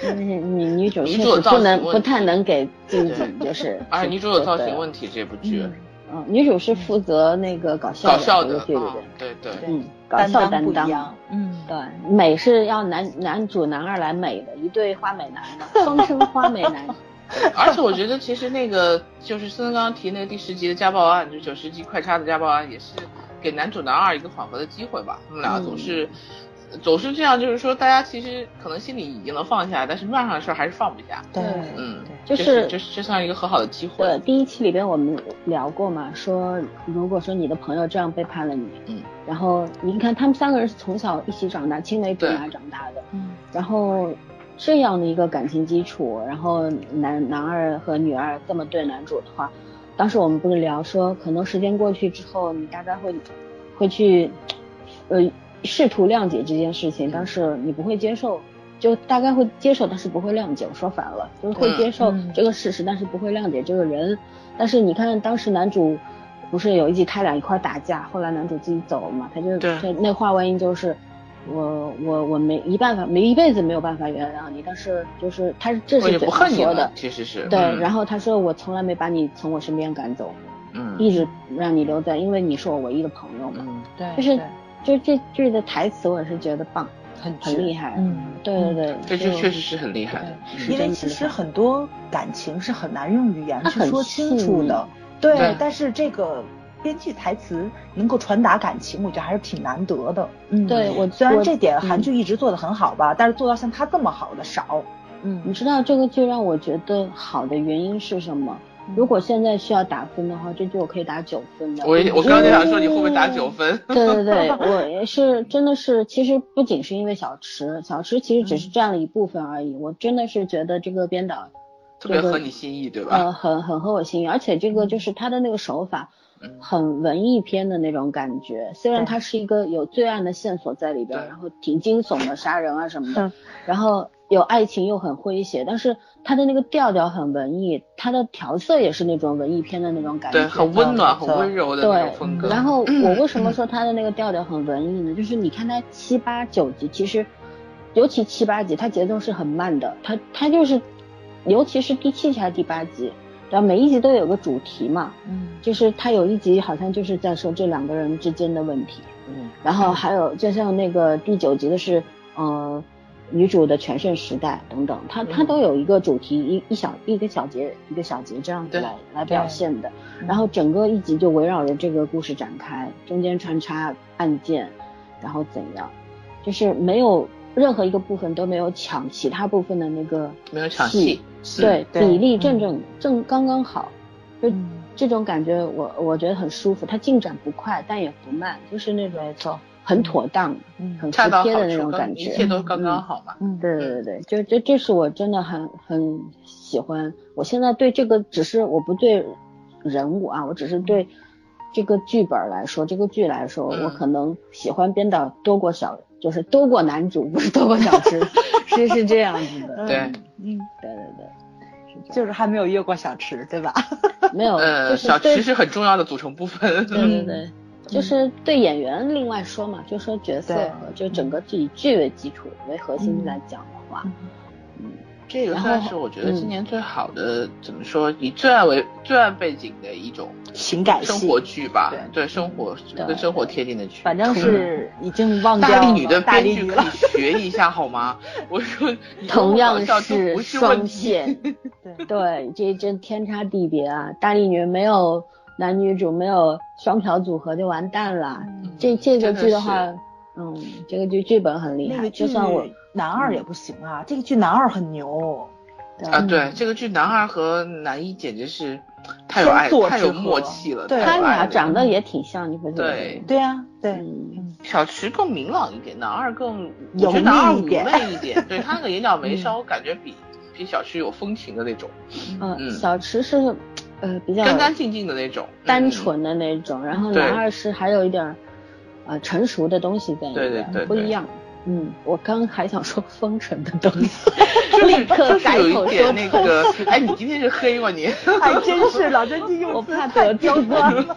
但是你女主
女
确
主
实
造
不
型
能
问
不
题
太能给静
对
静就是
啊，女主有造型问
题，
题，这部剧
嗯
嗯，女主是负责那个搞笑
搞
的
笑
这个
的
剧里
啊
边，，
对对
对
嗯，搞笑
不
担
一
当，
样，嗯，
对，美是要男男主男二来美的，一对花美男嘛，双生花美男。
而且我觉得其实那个就是孙刚刚提那个第十集的家暴案，就九十集快插的家暴案，也是给男主男二一个缓和的机会吧。他们
嗯
俩总是、总是这样，就是说大家其实可能心里已经能放下，但是面上的事儿还是放不下。
对，
嗯，
就
这
是
这这算一个很好的机会。
对，第一期里边我们聊过嘛，说如果说你的朋友这样背叛了你，
嗯，
然后你看他们三个人是从小一起长大，青梅竹马
对
长大的，
嗯，
然后这样的一个感情基础，然后男男二和女二这么对男主的话，当时我们不是聊说，可能时间过去之后，你大概会会去呃试图谅解这件事情，但是你不会接受，就大概会接受，但是不会谅解。我说反了，就是会接受
嗯
这个事实，但是不会谅解这个人。但是你看，当时男主不是有一集他俩一块打架，后来男主自己走了嘛，他就
对
他那话外音就是。我我我没一办法，没一辈子没有办法原谅你，但是就是他是这
我哦也
是
不
嘴
恨
上
你
说
了
的，，
其实是嗯
对。然
后
后他说我从来没把你从我身边赶走，
嗯
一直让你留在，因为你是我唯一的朋友嘛。
嗯
对，
就是
对
就这句的台词，我是觉得棒，
很
很
绝
厉害。
嗯，
对对对，
这
就
就确实是很厉害的，
因
嗯
为其实很多感情是很难用语言
它
去
很
说清楚的，对。
对
但是这个编剧台词能够传达感情，我觉得还是挺难得的。嗯，
对我
虽然
我
这点
嗯
韩剧一直做的很好吧，但是做到像他这么好的少。
你
嗯，
知道这个剧让我觉得好的原因是什么？
嗯
如果现在需要打分的话，这剧我可以打九分的。
我也我刚刚就想说你会不会打九分？
对对对，我也是真的是，其实不仅是因为小池，小池其实只是占了一部分而已。我真的是觉得这个编导，
特别
这个
合你心意，对吧？
呃，很很合我心意，而且这个就是他的那个手法，
嗯
很文艺片的那种感觉，虽然
对
它是一个有罪案的线索在里边，
对
然后挺惊悚的，杀人啊什么的
嗯，
然后有爱情又很诙谐，但是它的那个调调很文艺，它的调色也是那种文艺片的那种感觉，
对，很温暖、
没
很
错
温柔的那种风格。
嗯
然后我为什么说它的那个调调很文
嗯
艺呢？就是你看它七八九集，其实尤其七八集，它节奏是很慢的，它它就是，尤其是第七集还是第八集，然后每一集都有个主题嘛，
嗯，
就是他有一集好像就是在说这两个人之间的问题，
嗯
然后还有就像那个第九集的是呃女主的全盛时代等等，他他
嗯
都有一个主题一一小一个小节一个小节这样子
对
来来表
对
现的，
嗯
然后整个一集就围绕着这个故事展开，中间穿插案件，然后怎样，就是没有任何一个部分都没有抢其他部分的那个
没有抢
戏
戏，
对
对
比例正
嗯
正正刚刚好，就
嗯
这种感觉我我觉得很舒服，它进展不快，但也不慢，就是那种很妥当、
嗯
很服
恰到
帖
好
的那
处，
种感
刚一切
觉。
都刚刚好嘛。
嗯，
对对对对，就这这是我真的很很喜欢。我现在对这个只是我不对人物啊，我只是对这个剧本来说，这个剧来说，
嗯
我可能喜欢编导多过小，就是多过男主，不是多过小 池，是是这样子的。
对
嗯
嗯，
对对对，是这样
就是还没有越过小池，对 吧？
没有，
呃，
就是
小
对
池是嗯很重要的组成部分。
对对对，就是对演员另外说嘛，就说角色
对
和
嗯
就整个剧以剧为基础为核心来讲的话，
这个
然
算
后
是我觉得
嗯
今年最好的，怎么说，以最爱为最爱背景的一种
情感
生
戏
活剧吧
对，
对生活
对
跟生活贴近的剧。
反正是已经忘掉
大
了
力女的
大
编
力
剧
女
可
了
以。学一下好吗？ 我说你说
同
我
样
搞笑都不是问
双
题。
线，
对
对，这真天差地别啊！大力女没有男女主，没有双嫖组合就完蛋了。
嗯
这这个
真的
剧的
是
话，嗯，这个剧剧本很厉
那
害，
个
就
剧
算我
男二也不行啊，这个剧男二很牛，
啊，
对
对，这个剧男二和男一简直是太有
天
爱
作，
太
之
有
合
默契了。
对
太有
他
爱
俩
了嗯
长得也挺像，你不觉得吗？
对
对啊，对，
嗯，
小池更明朗一点，男二更我
油
觉得男二
腻一点
妩媚一点，对他那个眼角眉梢，感觉比比小池有风情的那种，嗯
嗯，小池是呃比较
干干净净的那种，
单
嗯。
纯的那种，然后
对
男二是还有一点儿呃成熟的东西在里
对对
面，
对
不
对
一样。嗯，我刚还想说 风尘的东西，
就是
立刻
就是
改
有
口
一点
说
那个，哎，你今天是黑吗你？
还嗯真是老真金
我
用词
怕
太
得罪
刁钻了。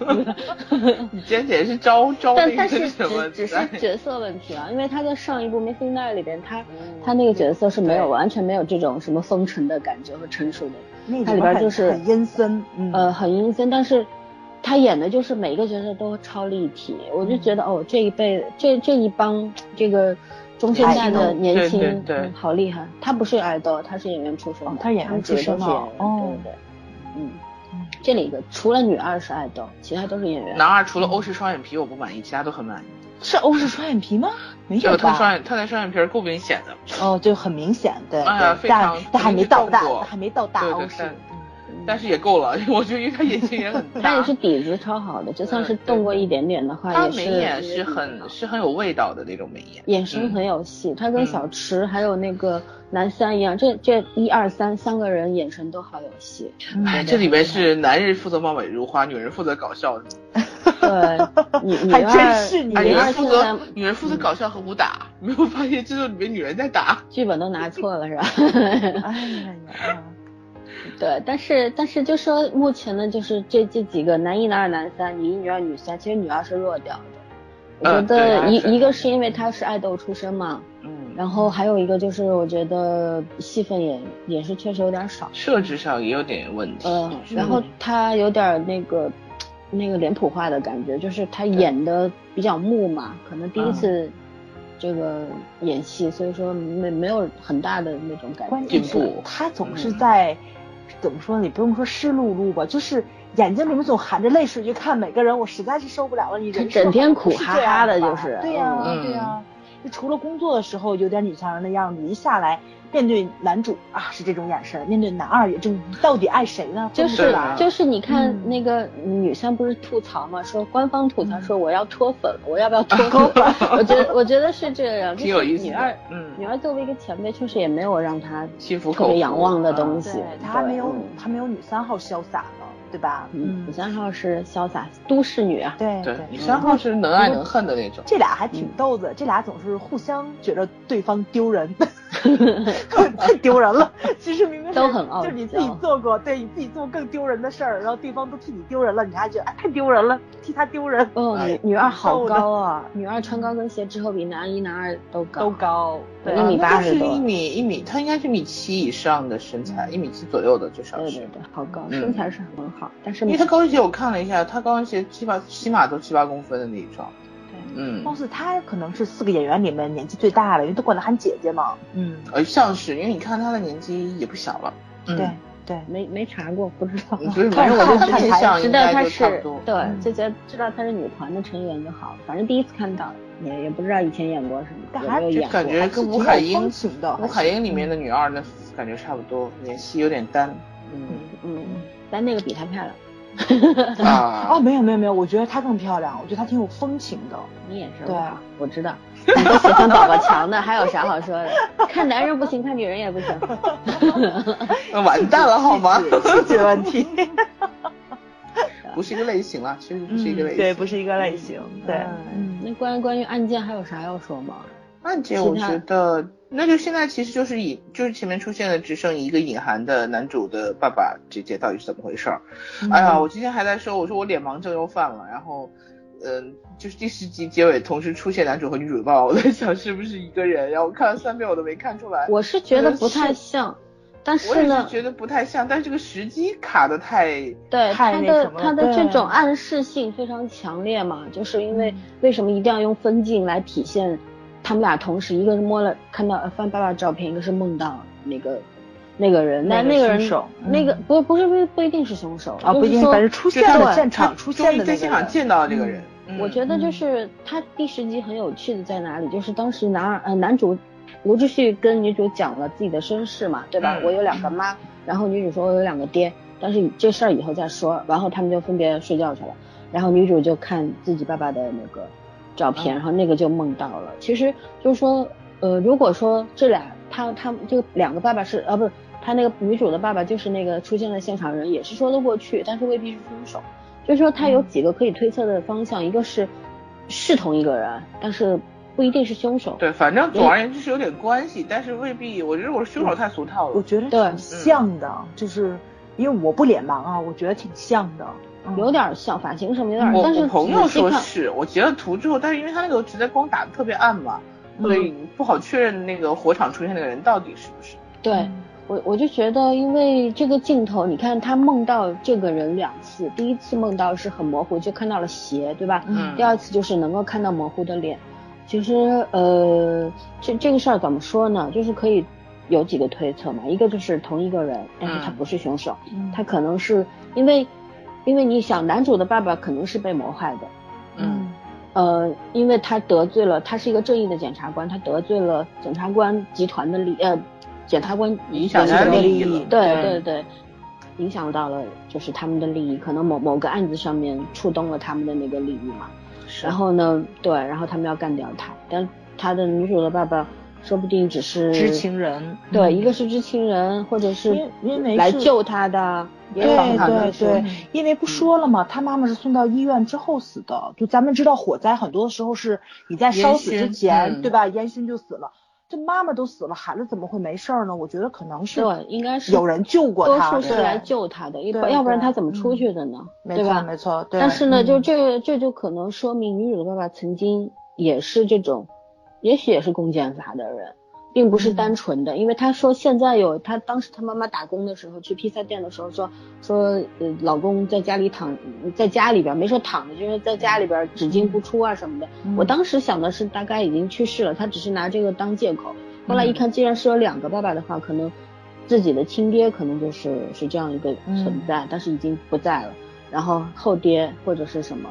人。
你今天简直是招招
但
那
但
个
是
什么？
只只
哎
是角色问题啊，因为他在上一部《Missing Night》里边，他他那个角色是没有
对
完全没有这种什么风尘的感觉和成熟的，
那
它里边
很
就是
很阴森，嗯
呃，很阴森，但是他演的就是每一个角色都超立体，我就觉得哦，这一辈这这一帮这个中生代的年轻，
对对对
嗯好厉害。他不是爱豆，他是演员出身的，
哦他是演员
们几个
出身
都是演
哦
员，
哦
对对对，嗯。这里一个除了女二是爱豆，其他都是演员。
男二除了欧式双眼皮我不满意，其他都很满意。
是欧式双眼皮吗？没
这
有
个他双
吧？
眼他那双眼皮儿够明显的，
哦，就很明显，对，
哎呀
对
非
但
常
但还没到大
动，作
还没到大
对对
欧式
但。
嗯
但是也够了， 我觉得因为他眼睛也很大。
他也是底子超好的，就算是动过一点点的话，
他
也
眉
是
眼是很是很有味道的那种眉眼，
眼神很有戏，他跟小池还有那个男三一样，这这一二三三个人眼神都好有戏。
嗯
哎哎，这里面是男人负责貌美如花，女人负责搞笑，
对，女女
还真
二
是你
哎，
女
女
二
人
现
负
在嗯
责女人负责搞笑和武打，没有发现这就里面女人在打。
剧本都拿错了是吧？
哎呀呀，
对，但是但是就说目前呢，就是这这几个男一、男二、男三，女一、女二、女三，其实女二是弱掉的。我觉
嗯对
得
她
一、
是
一个是因为她是爱豆出身嘛，
嗯，
然后还有一个就是我觉得戏份也也是确实有点少，
设置上也有点问题。嗯
呃，然后她有点那个那个脸谱化的感觉，就是她演的比较木嘛，可能第一
嗯
次这个演戏，所以说没没有很大的那种感
关
觉
键
进。
是
步
他总是
嗯
在、怎么说呢？你不用说湿漉漉吧，就是眼睛里面总含着泪水去看每个人，我实在是受不了了。你人
整
生
天
不
苦
是
哈
这样
哈的
吧
就是
对呀、
嗯
对呀、就除了工作的时候有点女强人的样子，一下来面对男主啊是这种眼神，面对男二也这种，到底爱谁呢？
就
分不出
是
啊
来
就是你看
嗯
那个女生不是吐槽嘛，说官方吐
嗯
槽说我要脱粉，我要不要脱粉？我觉得我觉得是这 样，就
啊挺有
是
意思的
女二
嗯
女二作为一个前辈，确实也没有让她
心服
特
口服啊
别仰望的东西
对，他还没有
嗯
他没有女三号潇洒呢，对吧？
嗯，五三号是潇洒都市女啊，
对
对，女三号是能爱能恨的那种。
这俩还挺
嗯
逗的，这俩总是互相觉得对方丢 人， 太丢人了。其实明明是
都很傲
就
娇
是你自己做过，对你自己做更丢人的事儿，然后对方都替你丢人了，你还觉得哎太丢人了，替他丢人
哦，
哎
女女二好
瘦的
高啊，女二穿高跟鞋之后比男一男二都高，
都高，对
一米
啊
八
那
十
就是
多嗯
一米一米，她应该是一米七以上的身材，一米七左右的至少
对
是
对。对，好高，
嗯
身材是很好，但是
因为她高跟鞋我看了一下，她高跟鞋七八起码都七八公分的那一双。
哦
嗯，
貌似他可能是四个演员里面年纪最大的，因为都管他喊姐姐嘛。嗯，
呃，像是因为你看她的年纪也不小了。嗯
对，对，
没没查过，不知道。
嗯不是，反正我就印象
知
应
道
该
她
就差不
是
多。
对，
嗯
就觉得知道她是女团的成员就好了。反正第一次看到，也也不知道以前演过什
但
么，有
还
没有
就
演过。
感觉跟吴海
还是挺有
英
风情的，
吴海英里面的女二呢，感觉差不多，演戏有点单。嗯
嗯，但那个比她漂亮，
哦，
啊，
没有没有没有，我觉得她更漂亮，我觉得她挺有风情的。
你眼神
对
不好，我知道。你都喜欢宝宝强的，还有啥好说的？看男人不行，看女人也不行。
那完蛋了好吗？
细节问题，
不是一个类型了，确实不是一个类型。
嗯对，不是一个类型，对。
嗯那关于关于案件还有啥要说吗？
案件，
其
我
他
觉得那就现在其实就是隐，就是前面出现的只剩一个隐含的男主的爸爸这件到底是怎么回事儿？
嗯
哎呀，我今天还在说，我说我脸盲症又犯了，然后。嗯，就是第十集结尾同时出现男主和女主的爸爸，我在想是不是一个人，然后我看了三遍我都没看出来。
我是觉得不太
是
像，但
我也
是
是
呢，
觉得不太像，但是这个时机卡的太
对
太
他
那
的
什么了
他的这
对
种暗示性非常强烈嘛，就是因为
嗯
为什么一定要用分镜来体现他们俩同时，一个是摸了看到呃翻爸爸的照片，一个是梦到那个那个人，那
那
那
个
个人
凶手
那个
嗯
不不是不不一定是凶手
啊，
就
不一定，
说
反正出
就
现
他
了
他
现场出现的
终于在
那
现
个
场
人，
见到的这个人，嗯
我觉得就
嗯
是他第十集很有趣的在哪里，就是当时男二呃男主罗志旭跟女主讲了自己的身世嘛，对吧？
嗯
我有两个妈，然后女主说我有两个爹，但是这事儿以后再说。然后他们就分别睡觉去了，然后女主就看自己爸爸的那个照片，
嗯
然后那个就梦到了。其实就是说，呃，如果说这俩他他这个两个爸爸是啊不是他那个女主的爸爸就是那个出现在现场人，也是说得过去，但是未必是凶手。就是说他
嗯
有几个可以推测的方向，一个是是同一个人，但是不一定是凶手。
对，反正总而言之是有点关系，但是未必。我觉得我凶手太俗套了。
我觉得
对
挺像的，就是因为我不脸盲啊，我觉得挺像的，嗯
有点像发型什么有点，
我
但是
我朋友
仔细
说
看
是，我截了图之后，但是因为他那个直接光打的特别暗嘛，
嗯
所以不好确认那个火场出现那个人到底是不是。
对
嗯
我我就觉得，因为这个镜头，你看他梦到这个人两次，第一次梦到是很模糊，就看到了鞋，对吧？
嗯
第二次就是能够看到模糊的脸。其实呃，这这个事儿怎么说呢？就是可以有几个推测嘛，一个就是同一个人，但是他
嗯
不是凶手。
嗯
他可能是因为，因为你想，男主的爸爸肯定是被谋害的，
嗯，
呃，因为他得罪了，他是一个正义的检察官，他得罪了检察官集团的利呃，检察官
影响
集团
他
的
的
利
利
益，
益
利益
了。
对对对，影响到了就是他们的利益，可能某某个案子上面触动了他们的那个利益嘛。
是
然后呢，对，然后他们要干掉他，但他的女主的爸爸说不定只是
知情人，
对，
嗯
一个是知情人，或者是
因为因为
来
是
救他的，也有
对
可
对对
能是，
因为不说了嘛，他妈妈是送到医院之后死的。就咱们知道火灾很多时候是你在烧死之
烟熏
前，
嗯
对吧？烟熏就死了，这妈妈都死了，孩子怎么会没事儿呢？我觉得可能是
对，应该是
有人救过
多
他，
数是
对
来，救他的，一
对
般要不然
对
他怎么出
嗯
去的呢？
没
对
错
吧？
没错。对
但是呢，就
嗯
这这就可能说明女主的爸爸曾经也是这种，也许也是公检法的人，并不是
嗯
单纯的，因为他说现在有他当时他妈妈打工的时候去披萨店的时候说说呃老公在家里躺在家里边没说躺着，就是在家里边只进不出啊什么的。
嗯
我当时想的是大概已经去世了，他只是拿这个当借口。
嗯
后来一看，既然是有两个爸爸的话，可能自己的亲爹可能就是是这样一个
嗯
存在，但是已经不在了。然后后爹或者是什么，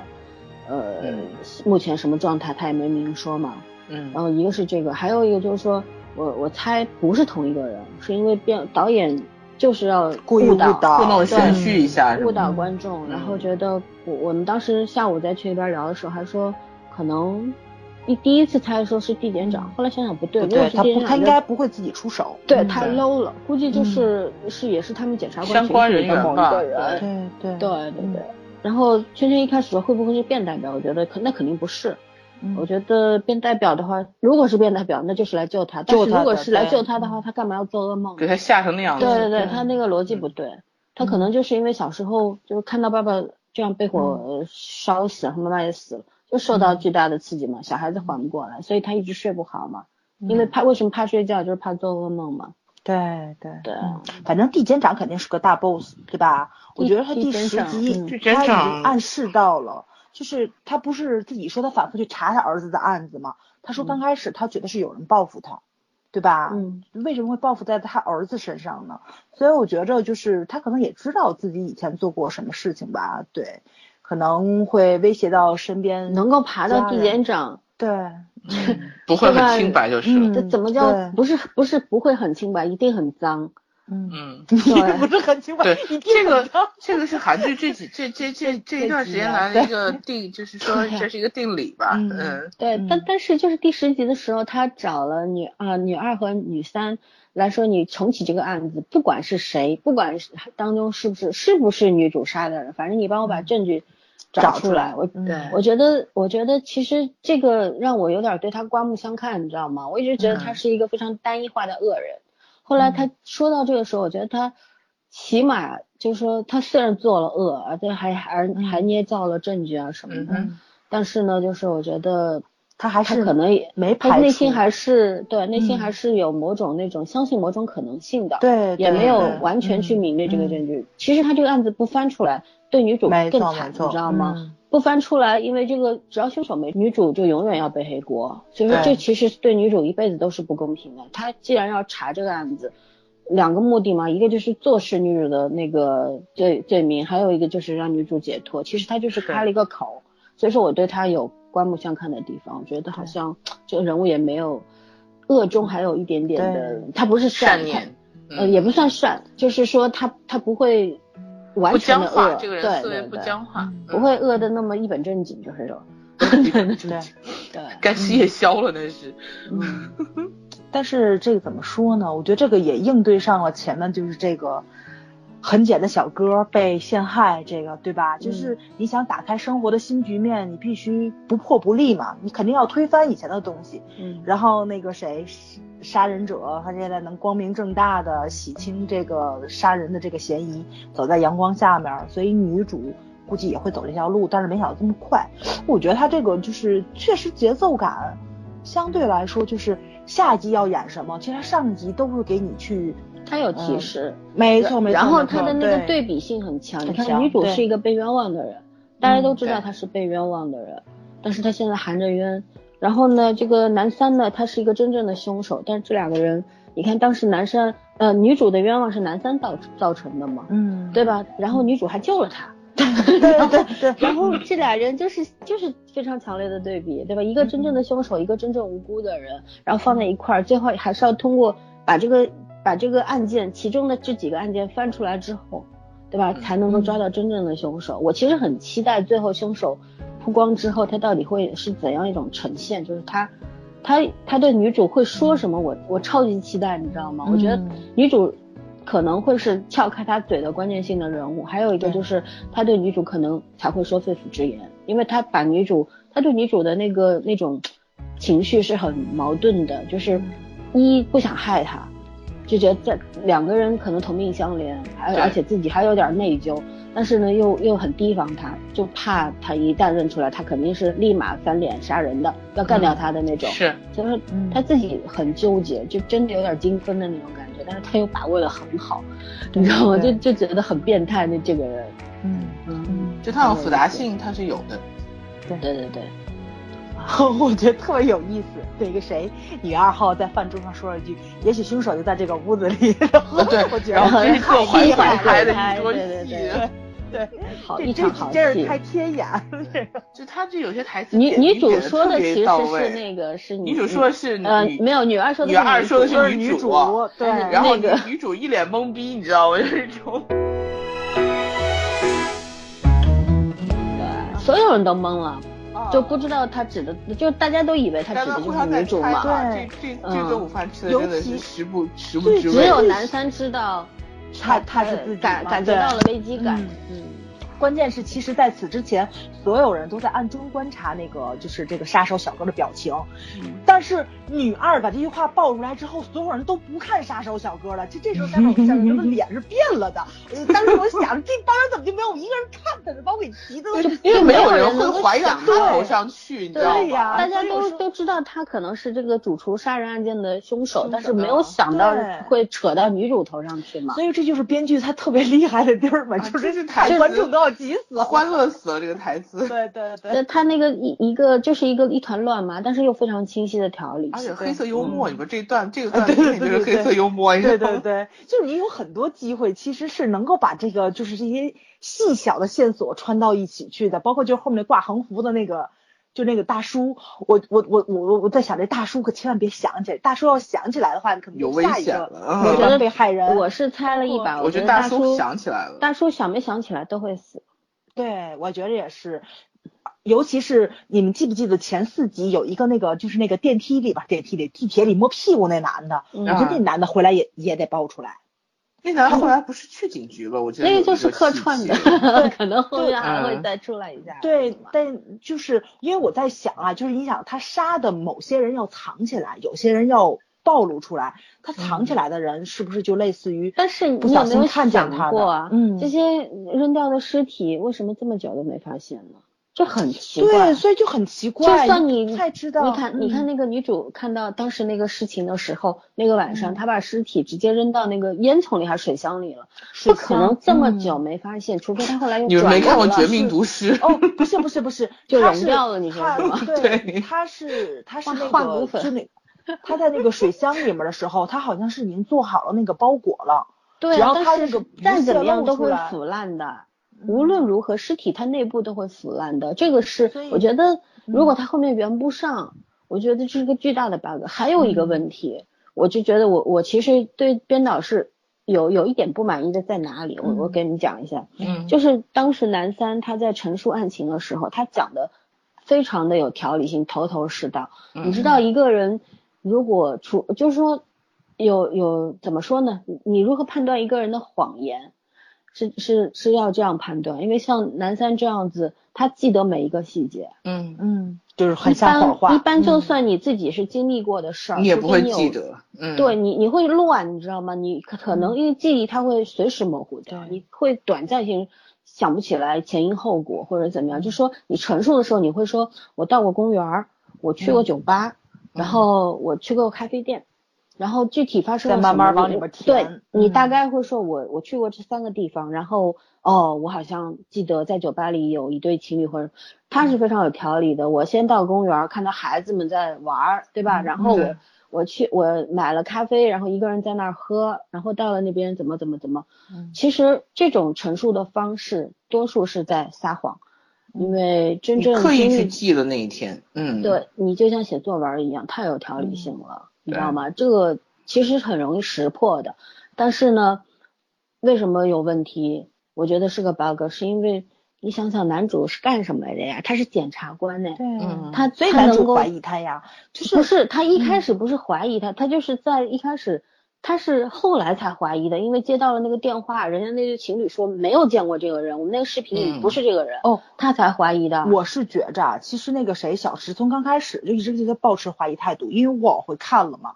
呃，
嗯
目前什么状态他也没明说嘛。
嗯
然后一个是这个，还有一个就是说我我猜不是同一个人，是因为编导演就是要
故意
误
误导
故弄
对
玄啊虚一下是
误
吧？
导观众，
嗯
然后觉得我我们当时下午在群里边聊的时候还说，可能一第一次猜说是地检长，后来想想不对，
嗯不
如
对，
果是
他
地
不他
检长
应
就
该不会自己出手。
啊对
嗯
太
对
low 了，估计就是是也是他们检察官
相关
群体里
人
的
员
某
吧
一个人，
对对嗯
对对对。然后圈圈一开始说会不会是变代表？我觉得可那肯定不是，
嗯
我觉得变代表的话，如果是变代表，那就是来救他。但
救
是
他
如果
的
是来
对
救他的话，
嗯
他干嘛要做噩梦呢？
给他吓成那样子，
对对
对嗯
对，他那个逻辑不对，他可能就是因为小时候就是看到爸爸这样被
嗯
火烧死，然后妈妈也死了，就受到巨大的刺激嘛，小孩子缓不过来，所以他一直睡不好嘛，
嗯
因为怕为什么怕睡觉，就是怕做噩梦嘛。
对对
对啊
嗯反正地检长肯定是个大 boss，对吧？我觉得他第
地地检
十
长
集
嗯
地检
他已经
长
暗示到了，就是他不是自己说他反复去查他儿子的案子吗？他说刚开始他觉得是有人报复他，对吧？
嗯，
为什么会报复在他儿子身上呢？所以我觉着就是他可能也知道自己以前做过什么事情吧，对，可能会威胁到身边
能够爬到
家
地
人
检长，
对，
不会
对吧
很清白就是了。
这
嗯
怎么叫
对
不是不是不会很清白，一定很脏。
嗯，
嗯，
对
不是很清楚，
对
你，听
这
得
个 这个是韩剧这几这这这这一段时间来的一个定，就是说这是一个定理吧，
嗯
嗯
对，但
嗯
但是就是第十集的时候，他找了女啊、女二和女三来说，你重启这个案子，不管是谁，不管是当中是不是是不是女主杀的人，反正你帮我把证据
找
出
出
来。我
嗯
对
我觉得，我觉得其实这个让我有点对他刮目相看，你知道吗？我一直觉得他
嗯
是一个非常单一化的恶人。后来他说到这个时候，我觉得他起码就是说，他虽然做了恶，而且还还还捏造了证据啊什么
嗯
的，
哼，
但是呢，就是我觉得
他还
他
是
可能也
没
他
排
内
除
心还是对内心
嗯
还是有某种那种相信某种可能性的，
对，对
也没有
对
完全去
嗯
泯灭这个
嗯
证据。其实他这个案子不翻出来，对女主
没
更
错
惨，
没
你
错，
知道吗？
嗯？
不翻出来，因为这个只要凶手没，女主就永远要背黑锅。所以说，
对
这其实对女主一辈子都是不公平的。她既然要查这个案子，两个目的嘛，一个就是坐实女主的那个罪罪名，还有一个就是让女主解脱。其实她就是
是
开了一个口，所以说我对她有刮目相看的地方。我觉得好像这个人物也没有恶中还有一点点的，她不是
善
善，
念，嗯
她呃，也不算善，就是说她她不会完
不
全
僵
的
化
恶，，
这个
对
人思维
对
不
对
僵化，
嗯
不会饿的那么一本正经，就是说，
嗯，
对，
对，
该吃夜宵了那是，
嗯，
但是这个怎么说呢？我觉得这个也应对上了前面就是这个很简的小哥被陷害，这个对吧？就是你想打开生活的新局面，你必须不破不立嘛，你肯定要推翻以前的东西。
嗯，
然后那个谁，杀人者他现在能光明正大的洗清这个杀人的这个嫌疑，走在阳光下面儿，所以女主估计也会走这条路，但是没想到这么快。我觉得他这个就是确实节奏感相对来说就是下一集要演什么，其实他上一集都会给你去，
他有提示，
没
然
错没错，
然后
没错
他的那个
对
对比性很强，嗯你
很
看
强
女主
对
是一个被冤枉的人，大家都知道
对
她是被冤枉的人，但是她现在含着冤，然后呢，这个男三呢，他是一个真正的凶手，但是这两个人，你看当时男三，呃，女主的冤枉是男三造造成的嘛，
嗯，
对吧？然后女主还救了他，
对对对对
然后这俩人就是就是非常强烈的对比，对吧？一个真正的凶手，一个真正无辜的人，然后放在一块儿，最后还是要通过把这个把这个案件其中的这几个案件翻出来之后，对吧，
嗯
才能够抓到真正的凶手。我其实很期待最后凶手曝光之后，他到底会是怎样一种呈现，就是他他他对女主会说什么，我我超级期待，你知道吗？我觉得
嗯
女主可能会是撬开他嘴的关键性的人物，还有一个
对
就是他对女主可能才会说肺腑之言，因为他把女主，他对女主的那个那种情绪是很矛盾的，就是一不想害她，就觉得在两个人可能同命相连，而
对
而且自己还有点内疚。但是呢，又又很提防他，就怕他一旦认出来，他肯定是立马翻脸杀人的，要干掉他的那种。
是，
就是
嗯
他自己很纠结，就真的有点精分的那种感觉，但是他又把握的很好，
对
你知道吗？就
对
就觉得很变态那这个人，
嗯
嗯，
嗯，
就它有复杂性，它是有的。
对对对，
我觉得特别有意思。那个谁，女二号在饭桌上说了一句：“也许凶手就在这个屋子里。”然后
啊对
我觉
然
得
后这是各怀
太
怀开的
太
一桌
对对
戏，
对
对，
好
这
一
这
场好
真是
戏
太。天眼了。这个
就它这有些台词
女
点
女
评
主
点得
说
特
的
别
其实
到
是
位
那个是
女主说的是
呃
女
没有女二说的
女
是
二
女
说的
主
是
女
主，啊
对，
但是
然后
那
女
个
女主一脸懵逼，你知道吗？就是这种。
对，啊所有人都懵了，就不知道他指的，就大家都以为他
哦大
指
家
的
互
就
相
是
在
女
猜
主
嘛
嘛，
对
这这
嗯
这顿午饭吃的
尤
真的是
其
食不食不
最
知
只
味。
有男三知道
他他是自己
感
嘛
感觉
对
到了危机感
嗯，
嗯，
关键是，其实在此之前，所有人都在暗中观察那个就是这个杀手小哥的表情。
嗯
但是女二把这句话爆出来之后，所有人都不看杀手小哥了。这这时候杀手小 哥的脸是变了的。呃当时我想，这帮人怎么就没有一个人看他呢？把我给急的都
就
因为没有
没有
人
人
会
能够
怀到
想
他
到
头上去，你知
对
道
呀
吗？
大家
所以我
都
说
都知道他可能是这个主厨杀人案件的凶手，
手
但是没有想到
对
会扯到女主头上去嘛。
所以这就是编剧他特别厉害的地儿嘛，
啊
就
这是
是
台词
观众都要急死了。
欢乐死了这个台词，
对对对
那他那个一一个就是一个一团乱麻，但是又非常清晰的条理。
而且黑色幽默，你说这一段这个
啊
段
对
子
对
就是
对
黑色幽默，你知
对
道
对
吗？
对，就是你有很多机会，其实是能够把这个就是这些细小的线索穿到一起去的，包括就是后面挂横幅的那个。就那个大叔，我我我我我我在想，这大叔可千万别想起来，大叔要想起来的话，你可能
有
就
危
下一
险
个
了
我
啊
那！
觉
个
得
被害人。
我是猜了一把，
我
觉
觉得
得大
大
叔
叔想起来了，
大叔想没想起来都会死。
对，我觉得也是，尤其是你们记不记得前四集有一个那个就是那个电梯里吧，电梯里地铁里摸屁股那男的，
嗯
我
啊
觉得那男的回来也也得爆出来。
那男的后来不是去警局了？我记得有
那个
一
就是客
细
串的
节
对，
可能后面还
对
会再出来一下。
对，但就是因为我在想啊，就是你想他杀的某些人要藏起来，有些人要暴露出来，他藏起来的人是不是就类似于？
嗯但是你
不
有
小
没有
心看见
想
他的
过啊？
嗯
这些扔掉的尸体为什么这么久都没发现呢？这很奇怪。
对，所以就很奇
就
怪。
算
你
你
不太知道，嗯
你看，你看那个女主看到当时那个事情的时候，那个晚上
嗯
她把尸体直接扔到那个烟囱里还是水箱里了，
水
不可能
箱
这么
嗯
久没发现，除非她后来又
你们
转
没看过
过
《绝命毒师》？
哦，不是不是不是，
就
他
融
是
掉了你说
他
是吗
对，
对
他是他是
化
那
化骨
个
粉
就那他在那个水箱里面的时候，他好像是已经做好了那个包裹了。
对
只
啊，
要
但
她
是
那个不
再
泄
怎么样
露
都
出
会
来嗯
腐烂的，无论如何，尸体它内部都会腐烂的。这个是
所以
我觉得，如果
嗯
它后面圆不上，我觉得这是个巨大的 bug。还有
嗯
一个问题，我就觉得我我其实对编导是有有一点不满意的在哪里，我我
嗯
给你们讲一下。
嗯，
就是当时南三他在陈述案情的时候，他讲的非常的有条理性，头头是道。
嗯
你知道一个人如果出，就是说有有怎么说呢？你你如何判断一个人的谎言？是是是要这样判断，因为像南三这样子，他记得每一个细节，
嗯，
嗯，就是很像
一
谎
般
话。
一般就
嗯
算你自己是经历过的事儿，
你也
除
不
非
会
有
记得，嗯，
对，你你会乱，你知道吗？你可可
嗯
能因为记忆它会随时模糊掉，
对
你会短暂性想不起来前因后果或者怎么样。
嗯
就说你陈述的时候，你会说我到过公园儿，我去
嗯
过酒吧，然后我去过咖啡店，然后具体发生了
再慢慢
什么
往里边填
对你大
嗯
概会说我我去过这三个地方，然后哦，我好像记得在酒吧里有一对情侣或者。他
嗯
是非常有条理的。我先到公园儿看到孩子们在玩儿，对吧？
嗯
然后我、
对
我去我买了咖啡，然后一个人在那儿喝，然后到了那边怎么怎么怎么。
嗯
其实这种陈述的方式，多数是在撒谎，因为
嗯
真
你
正
刻意
经历
去记了那一天，嗯，，
对你就像写作文儿一样，太有条理性了，你知道吗？这个其实很容易识破的，但是呢，为什么有问题？我觉得是个 bug，是因为你想想，男主是干什么来的呀？他是检察官呢。
对
嗯
他
所以
他
男
能
主
够
怀疑他呀，就是
不是他一开始不是怀疑他，他就是在一开始，他是后来才怀疑的，因为接到了那个电话，人家那对情侣说没有见过这个人，我们那个视频
嗯
里不是这个人，
哦，
他才怀疑的。
我是觉着啊，其实那个谁，小池从刚开始就一直对他抱持怀疑态度，因为我往回看了嘛，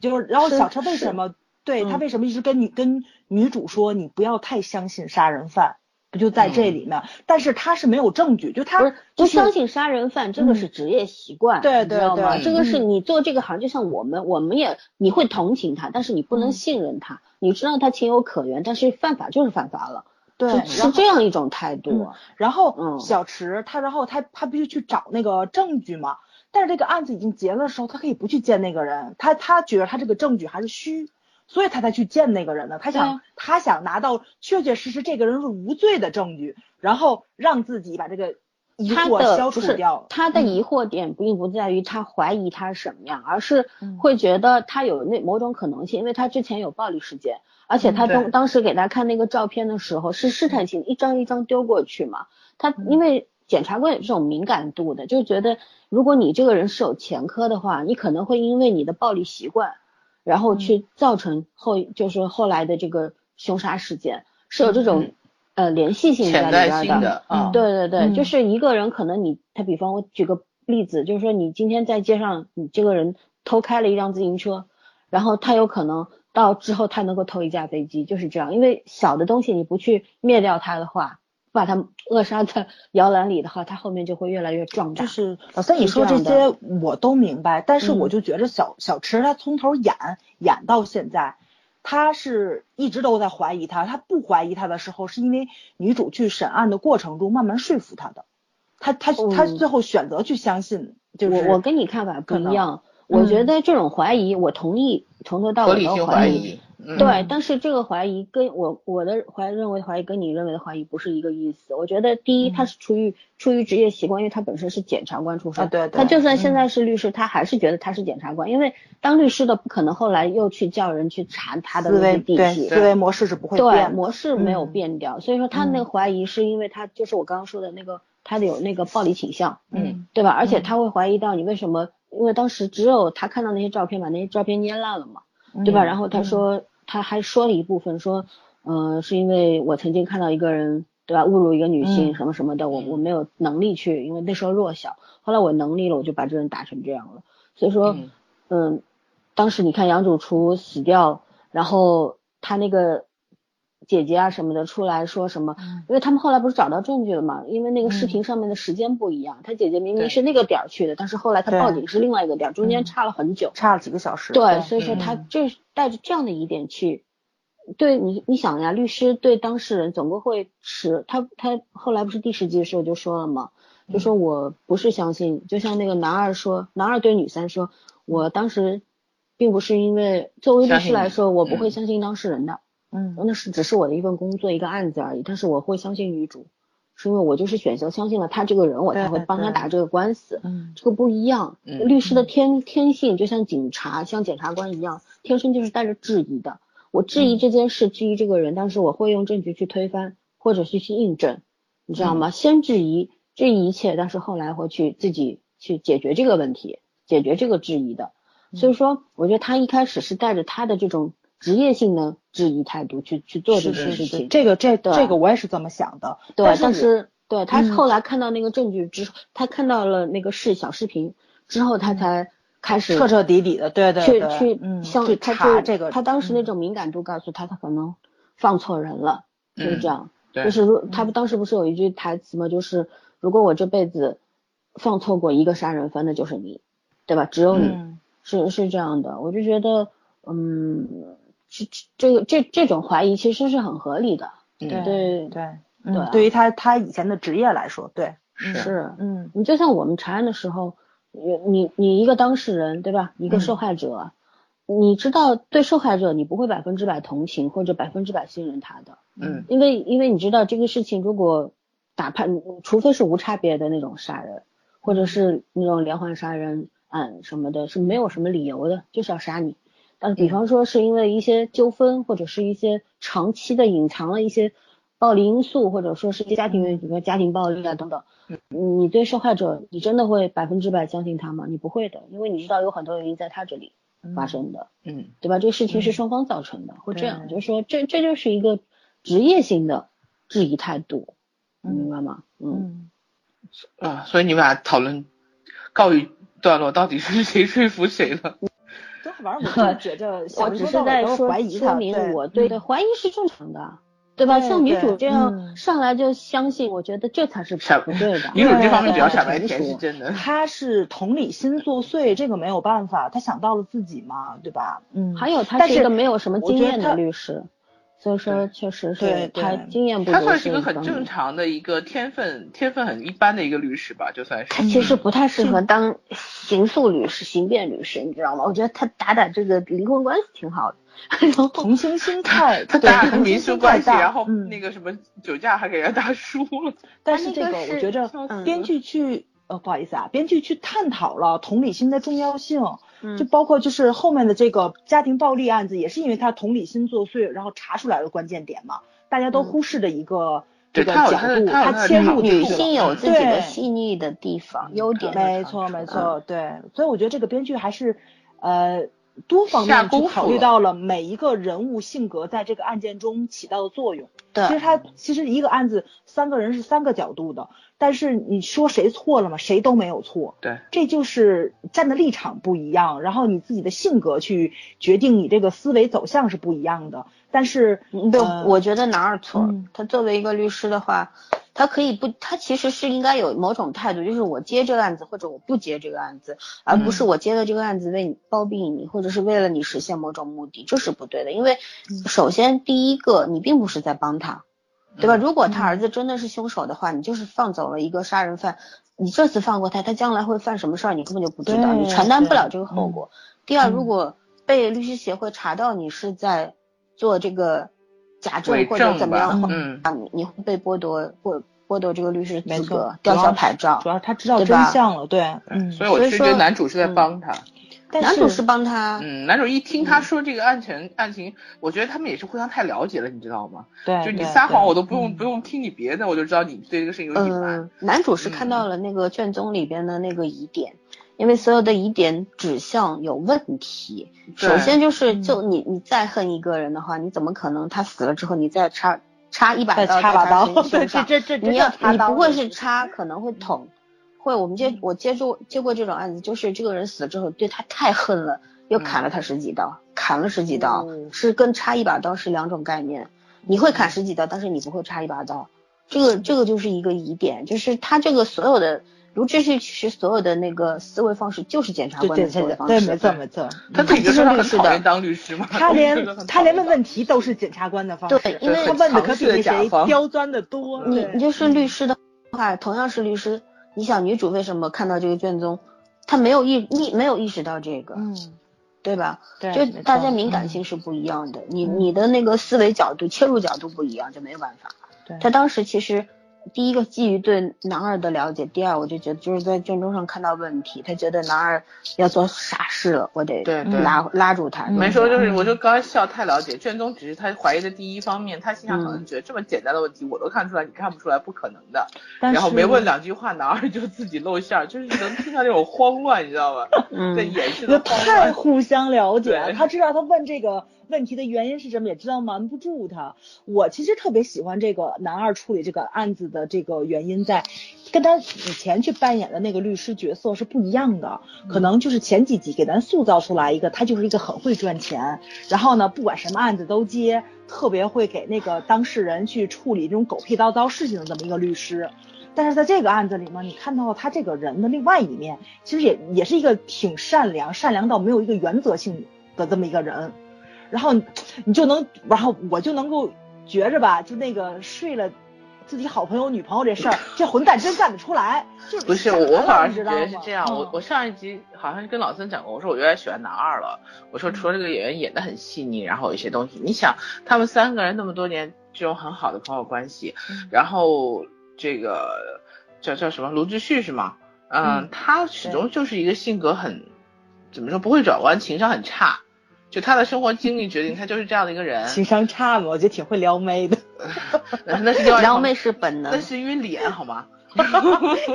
就是然后
是
小车为
是
什么对他
嗯
为什么一直跟女跟女主说你不要太相信杀人犯，不就在这里面？但是他是没有证据，就他
嗯不是
就
不
是嗯
相信杀人犯，这个是职业习惯，
对
你知道
对
吗？
对
这个是你做这个行，就像我们，我们也你会同情他，但是你不能
嗯
信任他，你知道他情有可原，但是犯法就是犯法了，
对，
是
然
是
后
这样一种态度
嗯。然后
嗯
小池他然后他他必须去找那个证据嘛，但是这个案子已经结了的时候，他可以不去见那个人，他他觉得他这个证据还是虚，所以他才去见那个人的，他
对
想
啊
他想拿到确确实实这个人是无罪的证据，然后让自己把这个疑
他
惑
的
消
不
除
是
掉。
他的
嗯
疑惑点并不在于他怀疑他是什么样，而是
嗯
会觉得他有那某种可能性，因为他之前有暴力事件，而且他
嗯对
当当时给他看那个照片的时候是试探性的一张一张丢过去嘛，他
嗯
因为检察官有这种敏感度的，就觉得如果你这个人是有前科的话，你可能会因为你的暴力习惯，然
嗯
后去造成后就是后来的这个凶杀事件是有这种
嗯
呃联系性在
潜
里
在
边
性的啊，
对对对，
嗯
就是一个人可能你，他比方我举个例子，就是说你今天在街上，你这个人偷开了一辆自行车，然后他有可能到之后他能够偷一架飞机，就是这样。因为小的东西你不去灭掉它的话，把它扼杀在 摇篮里的话，它后面就会越来越壮大。
就是老三，你
啊是
说
这
这
样
些我都明白，但是我
嗯
就觉着小、小池他从头演演到现在，他是一直都在怀疑他，他不怀疑他的时候，是因为女主去审案的过程中慢慢说服他的，他他、他
嗯
最后选择去相信，就是
我我跟你看法不
可
一
能
样，我觉
嗯
得这种怀疑，我同意从头到
合
尾
理
都
性
怀
怀
疑。
疑，嗯
对
嗯，
但是这个怀疑跟我我的怀认为的怀疑跟你认为的怀疑不是一个意思。我觉得第一，他
嗯
是出于、出于职业习惯，因为他本身是检察官出身，
啊对对
他就算现
嗯
在是律师，他还是觉得他是检察官，因为当律师的不可能后来又去叫人去查他的
思
那
维
些地
对
址，
思维模式是不会
对
变的，
模式没有
嗯
变掉，所以说他那个怀疑是因为他就是我刚刚说的那个他的有那个暴力倾向，
嗯
对吧？而且
嗯
他会怀疑到你为什么，因为当时只有他看到那些照片，把那些照片捏烂了嘛。
嗯
对吧？然后他说，他还说了一部分，说，呃，是因为我曾经看到一个人，对吧，侮辱一个女性
嗯
什么什么的，我
嗯
我没有能力去，因为那时候弱小。后来我能力了，我就把这人打成这样了。所以说，
嗯
嗯，当时你看杨主厨死掉，然后他那个姐姐啊什么的出来说什么，
嗯
因为他们后来不是找到证据了嘛？因为那个
嗯
视频上面的时间不一样，他姐姐明明
对
是那个点儿去的，但是后来他
对
报警是另外一个点儿，中间
嗯
差了很久。
差了几个小时，
对，所以说
嗯
他就是带着这样的疑点去，对你，你想呀，律师对当事人总归会持他他后来不是第十集的时候就说了嘛，就说我不是相信，就像那个男二说，男二对女三说，我当时并不是因为作为律
相
师
信
来
你
说，我不会
嗯
相信当事人的，
嗯
那是只是我的一份工作一个案子而已，但是我会相信女主，是因为我就是选择相信了他这个人，我才
对
会帮他
对
打这个官司。
嗯
这个不一样，
嗯
律师的天天性就像警察、像检察官一样，天生就是带着质疑的。我质疑这件事，质疑这个人，但是我会用证据去推翻，或者是去印证，你知道吗？先质疑质疑一切，但是后来会去自己去解决这个问题，解决这个质疑的。所以说，我觉得他一开始是带着他的这种职业性的质疑态度去去做
是
这件
是
事
是，
情。
这个这
对
这个我也是这么想的，
对，但
是
是对他
嗯
后来看到那个证据之后，他看到了那个视小视频之后，他才开始
嗯彻彻底底的，对对
去
对，
去
嗯，
像
去
他
查
就
这个，
他当时
嗯
那种敏感度告诉他，他可能放错人了，
嗯
就是这样。
对
就是如他当时不是有一句台词吗？就是如果我这辈子放错过一个杀人犯，那就是你，对吧？只有你。
嗯
是是这样的，我就觉得，嗯，这这这个这这种怀疑其实是很合理的，
嗯
对
对，
对
嗯
啊，
对于他他以前的职业来说，对，
是
是，
嗯
你就像我们查案的时候，你你你一个当事人对吧？一个
嗯
受害者，你知道对受害者你不会百分之百同情或者百分之百信任他的，
嗯
因为因为你知道这个事情如果打判，除非是无差别的那种杀人，或者是那种连环杀人案什么的，是没有什么理由的，就是要杀你。但是比方说是因为一些纠纷或者是一些长期的隐藏了一些暴力因素，或者说是家庭原因，比如说家庭暴力啊等等，你对受害者，你真的会百分之百相信他吗？你不会的，因为你知道有很多原因在他这里发生的，
嗯
对吧？这个事情是双方造成的，会这样，就是说这这就是一个职业性的质疑态度，你明白吗？嗯，
嗯，
啊、所以你们俩讨论告一段落，到底是谁说服谁了？
对，反正我就觉着
我
小
只
时候
是
到
在
尾都
说
怀疑
说
他，
明我
对嗯
对的怀疑是正常的。对吧？
对
像女主
对
这样
嗯
上来就相信，我觉得这才是
傻
不对的。
女主这方面
对
比较
对
傻白
成
甜
熟
是真的，
嗯他是同理心作祟，这个没有办法，他想到了自己嘛，对吧？嗯，
还有他
但
是一
是
个没有什么
我
经
觉得
验的
他
律师，所以说确实是
对
他
对
经验不足。
他算是一个很
方
正
面。
常的一个天分，天分很一般的一个律师吧，就算是
他。
嗯
其实不太适合当刑诉律师、刑辩律师，你知道吗？我觉得他打打这个离婚关系挺好的。 然后
同情心 太，
他
对
打
同情
民
心
事
太
关系，
大，
然后
嗯
那个什么酒驾还给人家打输了，
但
他
是
那
这
个
个我
是嗯
觉着
笑死
编
了
剧去呃不好意思啊，编剧去探讨了同理心的重要性，
嗯
就包括就是后面的这个家庭暴力案子，也是因为他同理心作祟，然后查出来了关键点嘛，大家都
嗯
忽视的一个
对
这个
他有
角
他的
度，
他有他
他
的
切
立
入
场
进
对
女
去了。
性有自己的
对
细腻的地方、优点。
没
长
错，
处
没
嗯
错，对，所以我觉得这个编剧还是呃多方
下
面去
功
考
夫
虑
了
到了每一个人物性格在这个案件中起到的作用。
对
其实他其实一个案子三个人是三个角度的，但是你说谁错了吗？谁都没有错，
对，
这就是站的立场不一样，然后你自己的性格去决定你这个思维走向是不一样的。但是
嗯对，
呃
我觉得哪儿错了？
嗯
他作为一个律师的话，他可以不，他其实是应该有某种态度，就是我接这个案子或者我不接这个案子，而不
嗯
是我接了这个案子为你包庇你，或者是为了你实现某种目的，这是不对的。因为
嗯
首先第一个，你并不是在帮他，对吧？
嗯
如果他
嗯
儿子真的是凶手的话，你就是放走了一个杀人犯，你这次放过他，他将来会犯什么事儿，你根本就不知道，
对
你承担不
对
了这个后果。第二，
嗯
如果被律师协会查到你是在做这个假证
伪
或者
证
怎么
吧
样的，话，
嗯，
你你会被剥夺或剥夺这个律师
没
资
错
格，，吊
主
销
要
牌照
嗯主。要他知道
对
真
吧
相了，对，嗯，
所以我
所以
是觉
说
得男主是在
嗯
帮他。
但
男
是
主是帮他，
嗯，男主一听他说这个案情、案情，我觉得他们也是互相太了解了，你知道吗？
对，
就你
哎对
撒谎，
对
我都不用
嗯
不用听你别的，我就知道你对这个事情有隐瞒。
嗯，男主是看到了那个卷宗里边的那个疑点，因为所有的疑点指向有问题。
对
首先就是，
嗯
就你你再恨一个人的话，你怎么可能他死了之后你再插插一把
再
刀
插
在
把
他
刀， 对，
身身
这
上？
这这
你
这
要
叫插
你
刀
不会
的
是
事
插，可能会捅，会我们接
嗯
我接触接过这种案子，就是这个人死了之后对他太恨了，又砍
嗯
了他十几刀，砍了十几刀
哦
是跟插一把刀是两种概念。你会
嗯
砍十几刀，但是你不会插一把刀，这个这个就是一个疑点，就是他这个所有的如这是其实所有的那个思维方式就是检察
对
官
对
的思
对
维
对
方
对，
式。
没错没错，
他
嗯
自己就说他很
是的
讨厌当律师嘛，
他
我就觉得
连
很
他
讨
连
厌
问问题都是检察官的方式，
对因为
他问的可
尝
比
试
那
的甲
谁
方
刁钻的多。
你
对嗯
你就是律师的话，同样是律师，你想女主为什么看到这个卷宗，她没有意意没有意识到这个，
嗯，
对吧？
对，
就
没
大
错
家敏感
嗯
性是不一样的，你
嗯
你的那个思维角度、切入角度不一样，就没有办法。
对
他当时其实第一个基于对男二的了解，第二我就觉得就是在卷宗上看到问题，他觉得男二要做傻事了，我得
对对
拉拉住他。
嗯
没
说
说，就是我就刚才笑太了解，卷宗只是他怀疑的第一方面，他心想可
嗯
能觉得这么简单的问题我都看出来，你看不出来，不可能的。
但
然后没
是
问两句话，男二就自己露馅儿，就是能听到那种慌乱，你知道吧？在
嗯，
掩饰
这
的慌
太
乱。
互相了解了。
对
他知道他问这个问题的原因是什么，也知道瞒不住他。我其实特别喜欢这个男二处理这个案子的这个原因在，跟他以前去扮演的那个律师角色是不一样的。
嗯
可能就是前几集给咱塑造出来一个，他就是一个很会赚钱，然后呢，不管什么案子都接，特别会给那个当事人去处理这种狗屁叨叨事情的这么一个律师。但是在这个案子里面，你看到了他这个人的另外一面，其实也也是一个挺善良，善良到没有一个原则性的这么一个人。然后你你就能，然后我就能够觉着吧，就那个睡了自己好朋友女朋友这事儿，这混蛋真干得出来。就是
不是我，
傻
我
了
反而
你
是
知
觉
道
得是
吗
这样。我
嗯
我上一集好像是跟老森讲过，我说我原来喜欢男二了。我
嗯
说除了这个演员演的很细腻，然后有一些东西，你想他们三个人那么多年这种很好的朋友关系，
嗯
然后这个叫叫什么卢志旭是吗？嗯，
嗯
他始终就是一个性格很怎么说不会转弯，情商很差。就他的生活经历决定他就是这样的一个人。
嗯情商差嘛，我觉得挺会撩妹的。
那那是另外一
撩
方
妹
面，
是本
那
能，
是因为脸好吗？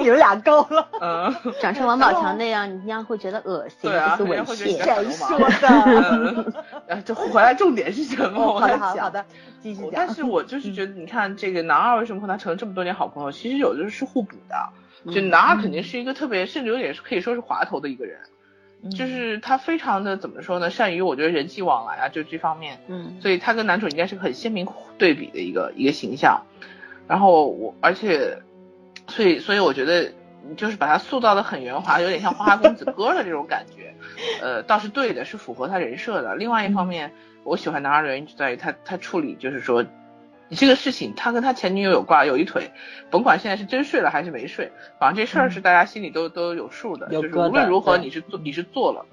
你们俩 够了，
嗯，
长成王宝强那样，你那样会觉得恶心，
对啊，
这是
人家
猥
会觉得你在。
亵
耍
谁
流氓
说的？
嗯呃，这回来重点是什 么？
哦
我
好
在
的，好
想。
的，好的，继续
我
讲
但。是我就是觉得，
嗯
你看这个男二为什么和他成了这么多年好朋友，其实有的是互补的。就
嗯
男二肯定是一个特别，甚至有点是可以说是滑头的一个人，
嗯
就是他非常的怎么说呢，善于我觉得人际往来啊，就这方面，
嗯
所以他跟男主应该是很鲜明对比的一个一个形象。然后我而且，所以所以我觉得就是把他塑造的很圆滑，有点像花花公子哥的这种感觉，呃，倒是对的，是符合他人设的。另外一方面，我喜欢男二的原因就在于他他处理就是说。你这个事情，他跟他前女友有挂有一腿，甭管现在是真睡了还是没睡，反正这事儿是大家心里都、都有数的，
有
就是
疙瘩
无论如何
对
你是做你是做了，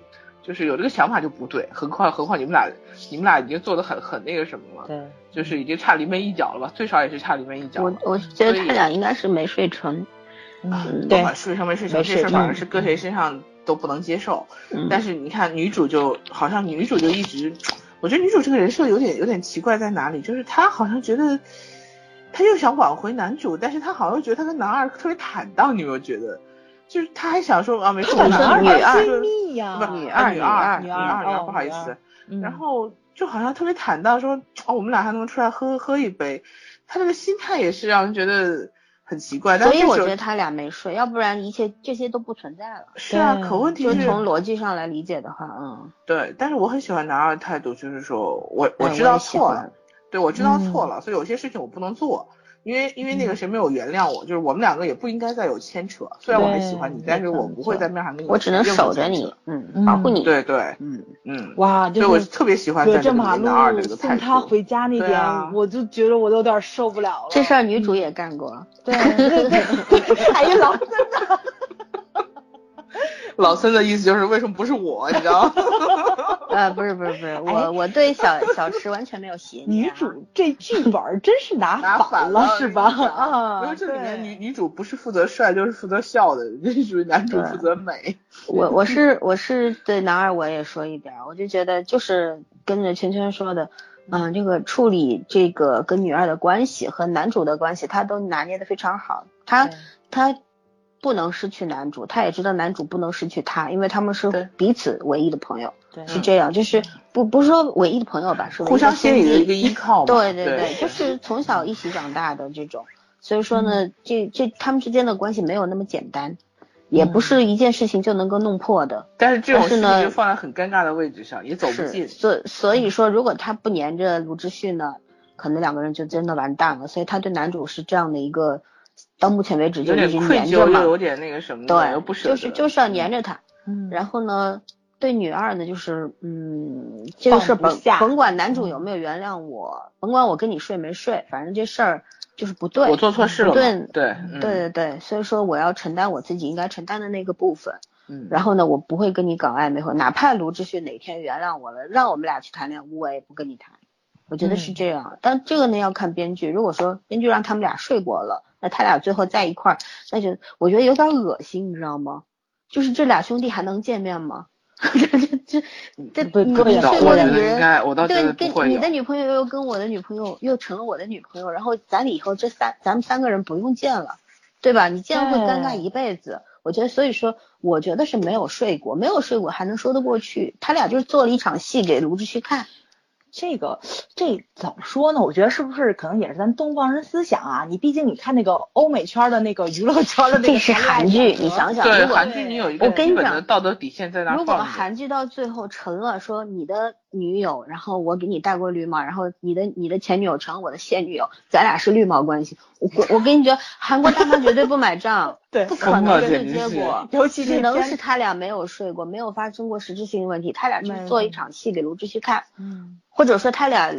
就是有这个想法就不对，何况何况你们俩你们俩已经做的很很那个什么了，
对，
就是已经差临门一脚了吧，最少也是差临门一脚
我
了。
我觉得
所以
他俩应该是没睡成，
啊
嗯
不
对
管睡上没睡上，
没
这
睡
事儿反
成
正是搁谁身上都不能接受。
嗯
但是你看女主就好像女主就一直，我觉得女主这个人设有点有点奇怪在哪里，就是她好像觉得，她又想挽回男主，但是她好像又觉得她跟男二特别坦荡，你有没有觉得？就是她还想说啊，没事，
她
我
想
男
说
二
女
吧
二
就
闺蜜呀
啊不是
女
啊
二
女
女
二
二
女
女
二
二
女二，
哦
不好意
女
思
二，嗯
然后就好像特别坦荡说，哦，我们俩还能出来喝喝一杯，他这个心态也是让人觉得很奇怪。但
所
是
以
这
我
时
觉
候
得他俩没睡，要不然一切这些都不存在了。
是啊，
对
可问题
就是从逻辑上来理解的话，嗯，
对，但是我很喜欢男二的态度，就是说我我
哎
知道
也喜
错了
欢，嗯
对我知道错了，所以有些事情我不能做。因为因为那个谁没有原谅我，就是我们两个也不应该再有牵扯。虽然我还喜欢你，
对
但是
没错
我不会
没错
在面上跟你
我只能
任何
守着
牵
你
扯。，
嗯，
嗯
保护你，
对对，
嗯，
嗯，
哇，
所以我
就是
特别喜欢
隔
在这
着
里
马
面男二的这
路
个态
送他
度。
回家那
对
点
啊，
我就觉得我都有点受不了了。
这事儿女主也干过，
对，那那还有老孙的，
老孙的意思就是为什么不是我，你知道吗？
呃，不是不是不是，我我对小小池完全没有邪念
女
啊。
主这剧本儿真是 拿
打
反了是吧？
因
啊，
为这里面
对
女女主不是负责帅就是负责笑的，这属于男主负责美。
我我是我是对男二我也说一点儿，我就觉得就是跟着圈圈说的，嗯，这个处理这个跟女二的关系和男主的关系，他都拿捏的非常好，他
对
他不能失去男主，他也知道男主不能失去他，因为他们
对嗯
是彼此唯一的朋友，
对
是这样，就是不不是说唯一的朋友吧，是唯一
互相心
兄
里
弟
的一个依靠嘛。
对
对
对，就是从小一起长大的这种，所以说
嗯
呢，这这他们之间的关系没有那么简单，也
嗯
不是一件事情就能够弄破的。
但是这种事
但是
情
呢
就放在很尴尬的位置上，也走不
是，
近。
所所以说，如果他不粘着卢志旭呢，可能两个人就真的完蛋了。所以他对男主是这样的一个，到目前为止就
有点
一直
愧
粘
疚，
着
又
嘛，
有点那个什么的，又不
对，
舍
就
得。
是就是要粘着他。
嗯
然后呢，对女二呢，就是嗯，这个事
放
儿
不
甭
下
甭管男
嗯
主有没有原谅我，甭管我跟你睡没睡，反正这事儿就是不对。
我做错事了嘛。
对
对嗯
对
对，
对对，所以说我要承担我自己应该承担的那个部分，
嗯，
然后呢，我不会跟你搞暧昧，或哪怕卢志旭哪天原谅我了，让我们俩去谈恋爱，我也不跟你谈。我觉得是
嗯
这样，但这个呢要看编剧。如果说编剧让他们俩睡过了，那他俩最后在一块儿，那就我觉得有点恶心，你知道吗？就是这俩兄弟还能见面吗？ 这这这这
不
你
不
你
知道
睡
我
过的
觉
得
女
应
人
该嗯我倒觉得
对，
哦不会
跟
有
你的女朋友又跟我的女朋友又成了我的女朋友，然后咱俩以后这三咱们三个人不用见了，对吧？你见了会尴尬
对
一辈子。我觉得，所以说，我觉得是没有睡过，没有睡过还能说得过去。他俩就是做了一场戏给卢志旭看，
这个这怎么说呢？我觉得是不是可能也是咱东方人思想啊？你毕竟你看那个欧美圈的那个娱乐圈的那个
这是
谈恋爱小，
韩剧
说
你想想，
对
如果
韩剧，你有一个
我跟你
基本
讲
的道德底线在那儿
如果
放着。
韩剧到最后成了说你的女友，然后我给你戴过绿帽，然后你的你的前女友成了我的现女友，咱俩是绿帽关系，我我跟你讲，韩国大妈绝对不买账，
对
不可能是
疯
这
了
结果。
尤其
只
这
能
片
是他俩没有睡过，没有发生过实质性的问题，他俩就是做一场戏给卢志旭看，
嗯
或者说他俩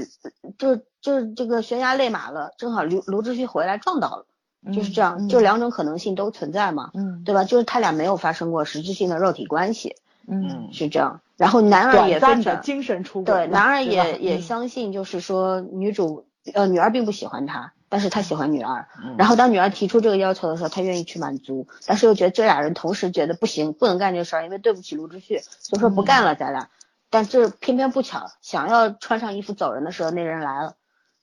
就就这个悬崖勒马了，正好卢卢志旭回来撞到了，就是这样，
嗯
就两种可能性都存在嘛，
嗯
对吧？就是他俩没有发生过实质性的肉体关系，
嗯，
嗯，
是这样。然后男二也
短暂
非
的
常
精神出轨嘛，
对，男二
对吧
也也
嗯
相信，就是说女主呃女二并不喜欢他，但是他喜欢女二。
嗯
然后当女儿提出这个要求的时候，他愿意去满足，
嗯
但是又觉得这俩人同时觉得不行，不能干这事儿，因为对不起卢志旭，所以说不干了，咱俩。但这偏偏不巧，想要穿上衣服走人的时候，那人来了，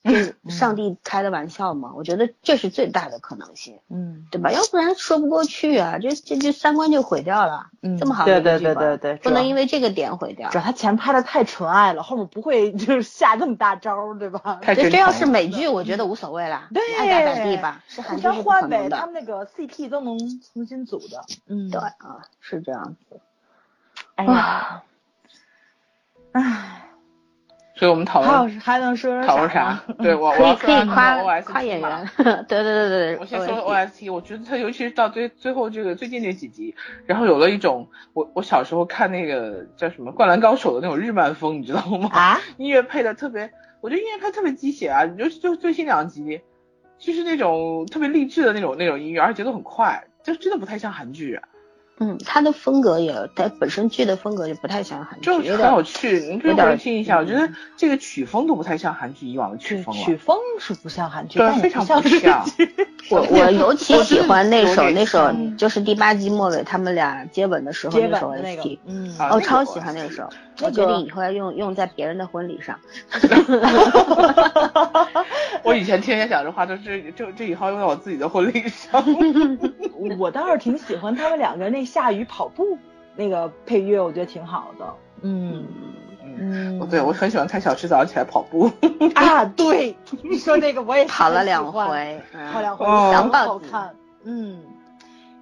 就是
嗯
上帝开的玩笑嘛。我觉得这是最大的可能性，
嗯
对吧？要不然说不过去啊，这这这三观就毁掉了。
嗯，
这么好
对
的
对对对
一个剧本，
对，
不
主
能
要
因为这个点毁掉
主。要他前拍的太纯爱了，后面不会 就是下那么大招儿，对吧？
太
这
真
这要
诚
是
了
美剧，我觉得无所谓啦，
嗯对
你爱咋咋地吧，是韩
互
剧是
相
不
换
可
呗，
能
他
的。
们那个 CP 都能重新组的。嗯，
对啊，是这样子。
哎呀，
啊
唉，
所以我们讨
还有
论
还能说
讨论啥
呢？？
对我我
可以
要
可
说啊
以夸
OST
夸演
嘛
员， 对对对呃对对。
我先说
OST
OST，我觉得它尤其是到最最后这个最近这几集，然后有了一种我我小时候看那个叫什么《灌篮高手》的那种日漫风，你知道吗？
啊，
音乐配的特别，我觉得音乐配特别鸡血啊，尤其就最新两集，就是那种特别励志的那种那种音乐，而且节奏很快，就真的不太像韩剧、
嗯，他的风格也，他本身剧的风格就不太像韩剧，
就
有
是很有
点
趣。你可以
有点
回去听一下，我觉得
嗯
这个曲风都不太像韩剧以往的 曲
曲
风了。
曲风是不像韩剧，
对啊
但也
非常
像
不
日
像
剧。
我我尤其喜欢那首
我觉得有点
那首
像
就是第八集末尾他们俩接吻的时候
接
那
吻
首
的那个
OST，，
嗯，
啊那
我
个
超
我
喜欢那首，
那
我决
个
定以后要用用在别人的婚礼上。
我以前天天想着话，都是这这以后用到我自己的婚礼 上。
我倒是挺喜欢他们两个那下雨跑步那个配乐，我觉得挺好的。嗯嗯
哦对，我很喜欢看小池早上起来跑步。
啊，对，你说这个我 也
跑了
很喜
两
欢
回，嗯
跑两回，
哦
相当好
小豹子
看，嗯，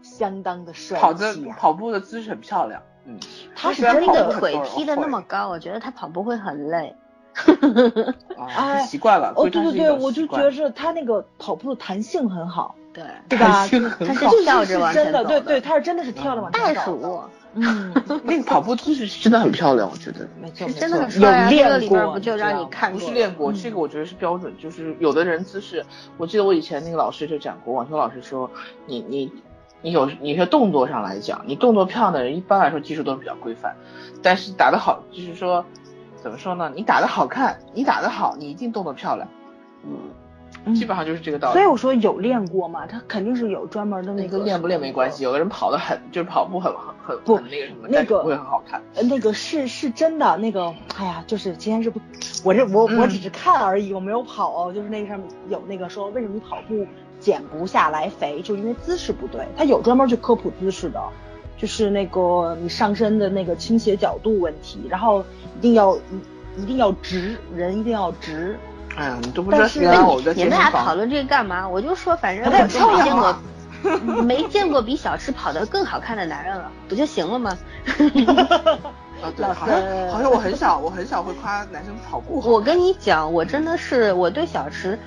相当的帅
跑的
气啊
跑步的姿势很漂亮，嗯，
他是
虽然
真
那
跑
个
步很
的
腿
多人
踢的那么
会
高，我觉得他跑步会很累。
啊，
哎
就习惯了。所
哦，
以它
对对
是一
对，
种
我
习
就觉
惯
得是他那个跑步的弹性很好，
对，
对吧？
弹性
就
很
他是
好
就是
跳着往
是真
前
的，
走
对
的
对，他是真的是跳着往
袋
前走的，
鼠
嗯，
那个跑步姿势是真的很漂亮，我觉得。
没错
是
没
真的很
错，
帅啊，
有
这个
练
里边
过，
不就
知
让
道
你
吗
看
不
过
是
了
练过，
嗯
这个我觉得是标准，就是有的人姿势，我记得我以前那个老师就讲过，网球老师说，你你你有你些动作上来讲，你动作漂亮的人一般来说技术都比较规范，但是打得好，就是说怎么说呢？你打得好看，你打得好，你一定动作漂亮，
嗯
基本上就是这个道理。
所以我说有练过嘛，他肯定是有专门的那
那
个
跟练不练没关系，。有的人跑得很，就是跑步很很很
不
很那个什么，
那
但是
个
不会很好看。
呃，那个是是真的，那个哎呀，就是今天是不，我这我我
嗯
只是看而已，我没有跑哦。就是那个上面有那个说为什么你跑步减不下来肥，就因为姿势不对。他有专门去科普姿势的，就是那个你上身的那个倾斜角度问题，然后一定要一一定要直，人一定要直。
哎呀，你都不知
但
道
是
谁
那
让
你
我在
你
健身
们俩讨
房。
论这个干嘛？我就说，反正
他太
我就没
漂
见
亮了
过，没见过比小池跑得更好看的男人了，不就行了吗？
啊，对，
老
好像
师
好像我很少，我很少会夸男生跑步好。
我跟你讲，我真的是我对小池，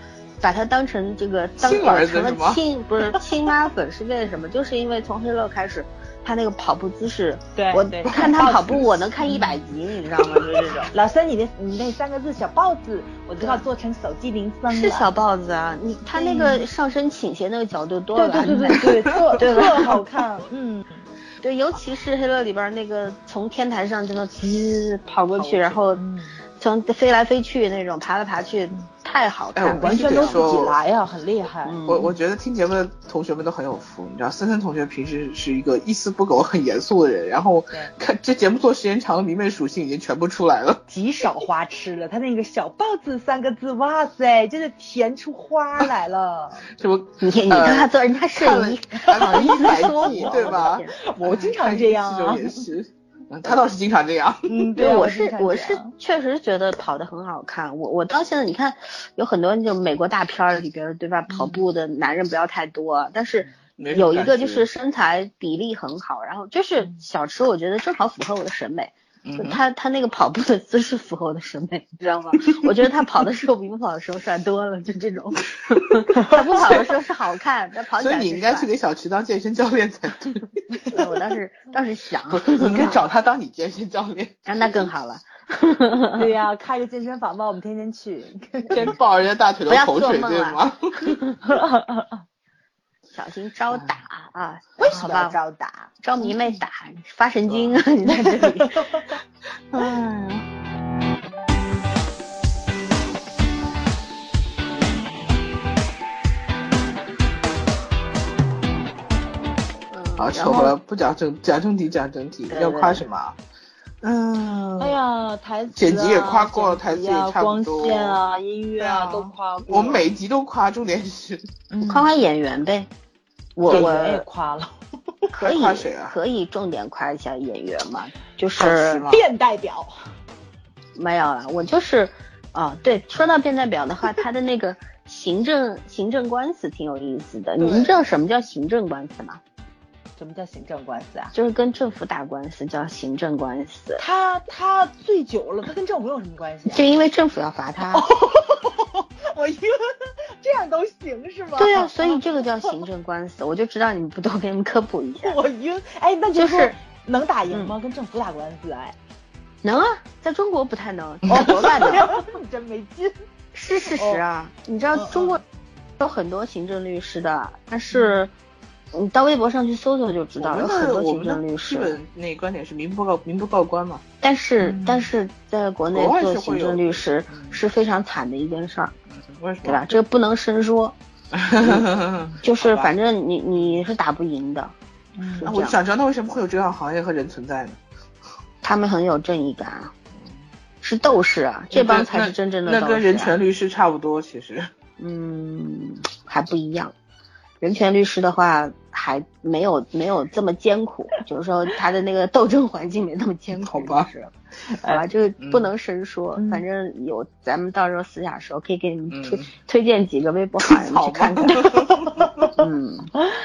把他当成这个当
亲儿子
成
是吗
了亲不是亲妈粉是为什么？就是因为从黑乐开始，他那个跑步姿势，
对
我
对
看他跑步我能看一百集，你知道吗？就是这种。
老三，你那你那三个字小豹子，我都要做成手机铃声了。
是小豹子啊，你他那个上身倾斜那个角度多
对
了，啊
对对对 对，特
对
特
吧
好看，嗯。
对，尤其是《黑乐》里边那个从天台上真的滋跑过去，然后
嗯
从飞来飞去那种，爬来爬去，太好
哎
看
我
了。
完全都自己来呀、很厉害。
嗯
我我觉得听节目的同学们都很有福，你知道，森森同学平时是一个一丝不苟、很严肃的人，然后
对
看这节目做时间长了，迷妹属性已经全部出来了。
极少花痴了，他那个小豹子三个字，哇塞，真的甜出花来 了。
这不，
你你
呃
看他做人家睡
看了
衣，好
看
意
了一百
思说我
集，对吧？
我经常这样啊
看一集就也是，嗯他倒是经常这样。
嗯，
对，
啊
我
我
是
经常
我
这
是
样
确实觉得跑得很好看。我我到现在你看，有很多那种美国大片儿里边儿，对吧？跑步的男人不要太多，但是
没什么
有一个
感
就
觉
是身材比例很好，然后就是小池，我觉得正好符合我的审美。
嗯
就
哼
他他那个跑步的姿势符合我的审美，你知道吗？我觉得他跑的时候比不跑的时候帅多了，就 这种。他不跑的时候是好看，他跑起
所以
来
你
是
应该去
帅。
给小池当健身教练才对，
对我当 时当时想，
不是，你应该找他当你健身教 练，
啊那更好了，
对呀、开个健身房吧，我们天天去。
先抱人家大腿流口水，对吗？
小心招
嗯
打啊！
为什
好
么
吧
要招打？
招迷妹打，发神经啊！你在这 里。
好，
嗯然
扯
后
回来，不讲正讲正题，讲正题，
对
要
对
夸
对
什么啊？嗯，
哎呀，台词、啊、
剪辑也夸过了
剪辑
台词
啊
也差不多
光线啊，音乐
对啊
都夸过。
我们每一集都夸，重点是
嗯
夸夸演员呗。我
演
我
员也夸了，
可以
夸谁啊
可以重点夸一下演员嘛，就
好吃
是
吗
变代表。
没有了，我就是啊，对，说到变代表的话，他的那个行政行政官司挺有意思的。你们知道什么叫行政官司吗？
什么叫行政官司啊？
就是跟政府打官司叫行政官司，
他他醉酒了，他跟政府有什么关系、啊？
就因为政府要罚他。
哦
我一个这样都行是吗？
对啊，所以这个叫行政官司，我就知道你们不多给你们科普一下。
我晕，哎，那
就
就
嗯
是说能打赢吗？跟政府打官司，哎，
能啊，在中国不 太能，在哦国外能。
你真没劲。
是事实啊，
哦
你知道
嗯
中国有很多行政律师的，但是你到微博上去搜搜就知
嗯我
道，
们
有很
的
多
我
行
们
政律
的基
师。
本那个观点是民不告民不告官嘛，
但是、
嗯
但是在国内
国外是
做
会
行
有
政律师
嗯
是非常惨的一件事儿，
为什么
对吧？？这个不能深说，就是
好吧
反正你你是打不赢的，
那
嗯
啊我就想知道，那为什么会有这样行业和人存在呢？
他们很有正义感啊，是斗士啊，这帮才是真正的斗
那
士、啊
那跟人权律师差不多，其实。
嗯，还不一样。人权律师的话，还没有没有这么艰苦，就是说他的那个斗争环境没那么艰
好
苦。
吧
就是，好吧，这个不能深说，
嗯
反正有咱们到时候私下说，可以给你们
嗯
推、推荐几个微博 好友
好
去
吧
看看。嗯，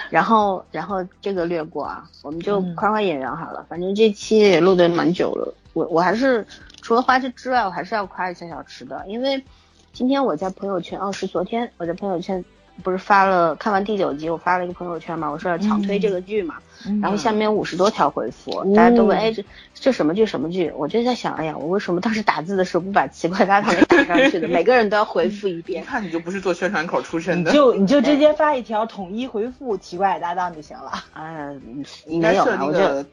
然后然后这个略过啊，我们就
嗯
夸夸演员好了，反正这期也录的蛮久了，我我还是除了花枝之外，我还是要夸一下小池的，因为今天我在朋友圈，哦是昨天我在朋友圈不是发了看完第九集，我发了一个朋友圈嘛，我说要强推这个剧嘛，
嗯
然后下面有五十多条回复，
哦
嗯
大家都问哎这这什么剧什么剧，我就在想哎呀我为什么当时打字的时候不把奇怪搭档给打上 去的，每个人都要回复一
一
遍。
看你就不是做宣传口出身
你
的，
就你就直接发一条统一回复奇怪的搭档就行了。
哎，
你应
没
该
有
设
了，
那
我就
个，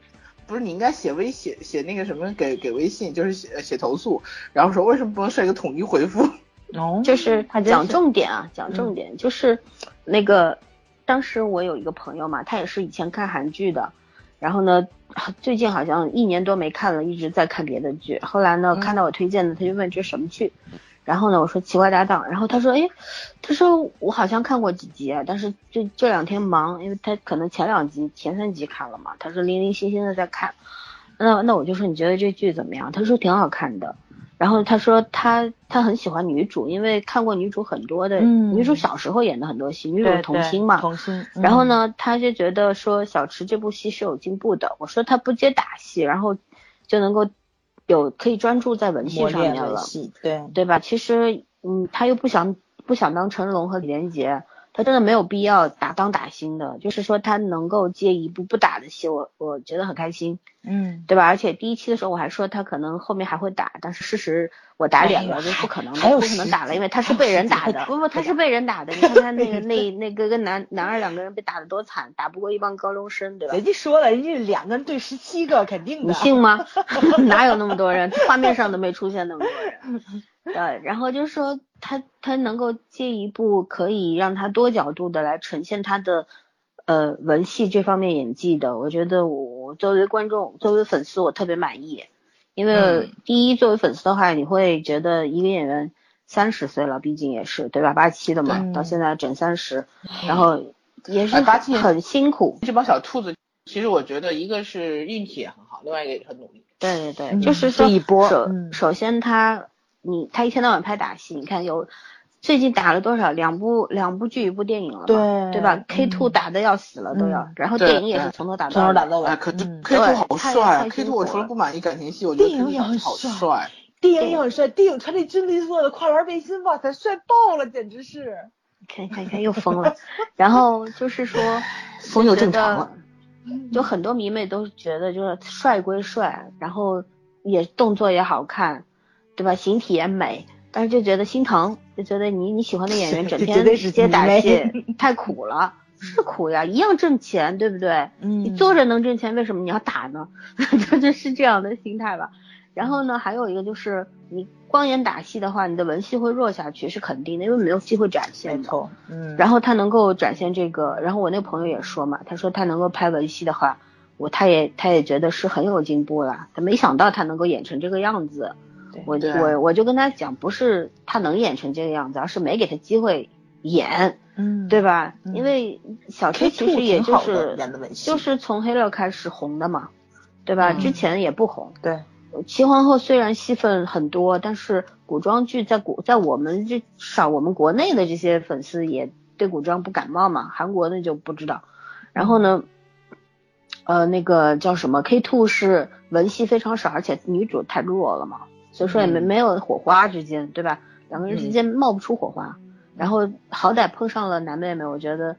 不是你应该写微写写那个什么给给微信，就是写写投诉，然后说为什么不能设一个统一回复？
哦
就是讲
正
重点啊，讲重点、就是那个当时我有一个朋友嘛，他也是以前看韩剧的，然后呢最近好像一年多没看了，一直在看别的剧。后来呢，
嗯
看到我推荐的，他就问这什么剧，然后呢我说《奇怪搭档》，然后他说哎，他说我好像看过几集啊，但是这这两天忙，因为他可能前两集、前三集看了嘛，他说零零星星的在看。那那我就说你觉得这剧怎么样？他说挺好看的，然后他说他他很喜欢女主，因为看过女主很多的，
嗯
女主小时候演的很多戏，女主
对
是童星嘛。
童星。嗯
然后？呢，他就觉得说小池这部戏是有进步的。我说他不接打戏，然后就能够有可以专注在文
嗯
戏
磨
上
练
面
维
了，
系，对，
对吧？其实嗯，他又不想不想当成龙和李连杰，他真的没有必要打当打星的。就是说他能够接一部不打的戏，我我觉得很开心。
嗯，
对吧？而且第一期的时候我还说他可能后面还会打，但是事实我打脸了，
哎
这
呀
不可能的，
还有
不可能
十
打了，
集
因为他是被人打
还
的
有十，集
不不，他是被人打的。你看他 那个那那个跟男男二两个人被打的多惨，打不过一帮高中生，对吧？
人家说了，人家两个人对十七个，肯定的。
你信吗？哪有那么多人？画面上都没出现那么多人。对，然后就是说他他能够接一部可以让他多角度的来呈现他的呃文戏这方面演技的，我觉得我我作为观众，作为粉丝，我特别满意。因为
嗯
第一，作为粉丝的话，你会觉得一个演员三十岁了，毕竟也是对吧？八七的嘛，
对
到现在整三十，然后也是
哎87
很辛苦。
这帮小兔子，其实我觉得一个是运气也很好，另外一个也很努力。
对对对，
嗯
就是说
这一波
首
嗯
首先他你他一天到晚拍打戏，你看有最近打了多少两部两部剧一部电影了嘛，
对
对吧？K
嗯
two 打的要死了都要
嗯，
然后
对
电影也
对
是从头打
从
到
头打
尾。
到尾
哎，。可是
嗯
K
对
two 好
太
帅啊
太
！K
辛
two
苦
我除了
了
不满意感情戏，我觉得
电影
K2
也很
好
帅
帅。
电影也很帅，电影穿那军绿色的跨栏背心，哇塞，帅爆了，简直是。
看看看又疯了，然后就 是说
疯
就
又
觉
正常
得
了。
就很多迷妹都觉得就是帅归帅，然后也动作也好看，对吧？形体也美，但是就觉得心疼，就觉得你你喜欢的演 员整
这绝对
天
是
接打
迷妹
戏太苦了，是苦呀，一样挣钱，对不对？
嗯
你坐着能挣钱，为什么你要打呢？ 就是这样的心态吧。然后呢，还有一个就是你光演打戏的话，你的文戏会弱下去是肯定的，因为没有机会展现
没
的。
错，嗯，
然后他能够展现这个，然后我那个朋友也说嘛，他说他能够拍文戏的话，我他也他也觉得是很有进步了，他没想到他能够演成这个样子。
对
我
对
我我就跟他讲，不是他能演成这个样子，而是没给他机会演，
嗯
对吧？
嗯
因为小
K
崔其实也就
的
是
演的吻戏，
就是从黑料开始红的嘛，对吧？
嗯
之前也不红。
对，
齐嗯皇后虽然戏份很多，但是古装剧在古在我们这少我们国内的这些粉丝也对古装不感冒嘛，韩国那就不知道。然后呢，呃，那个叫什么 K two 是文戏非常少，而且女主太弱了嘛，所以说也没、
嗯
没有火花之间，对吧？两个人之间冒不出火花。然后好歹碰上了男妹妹，我觉得，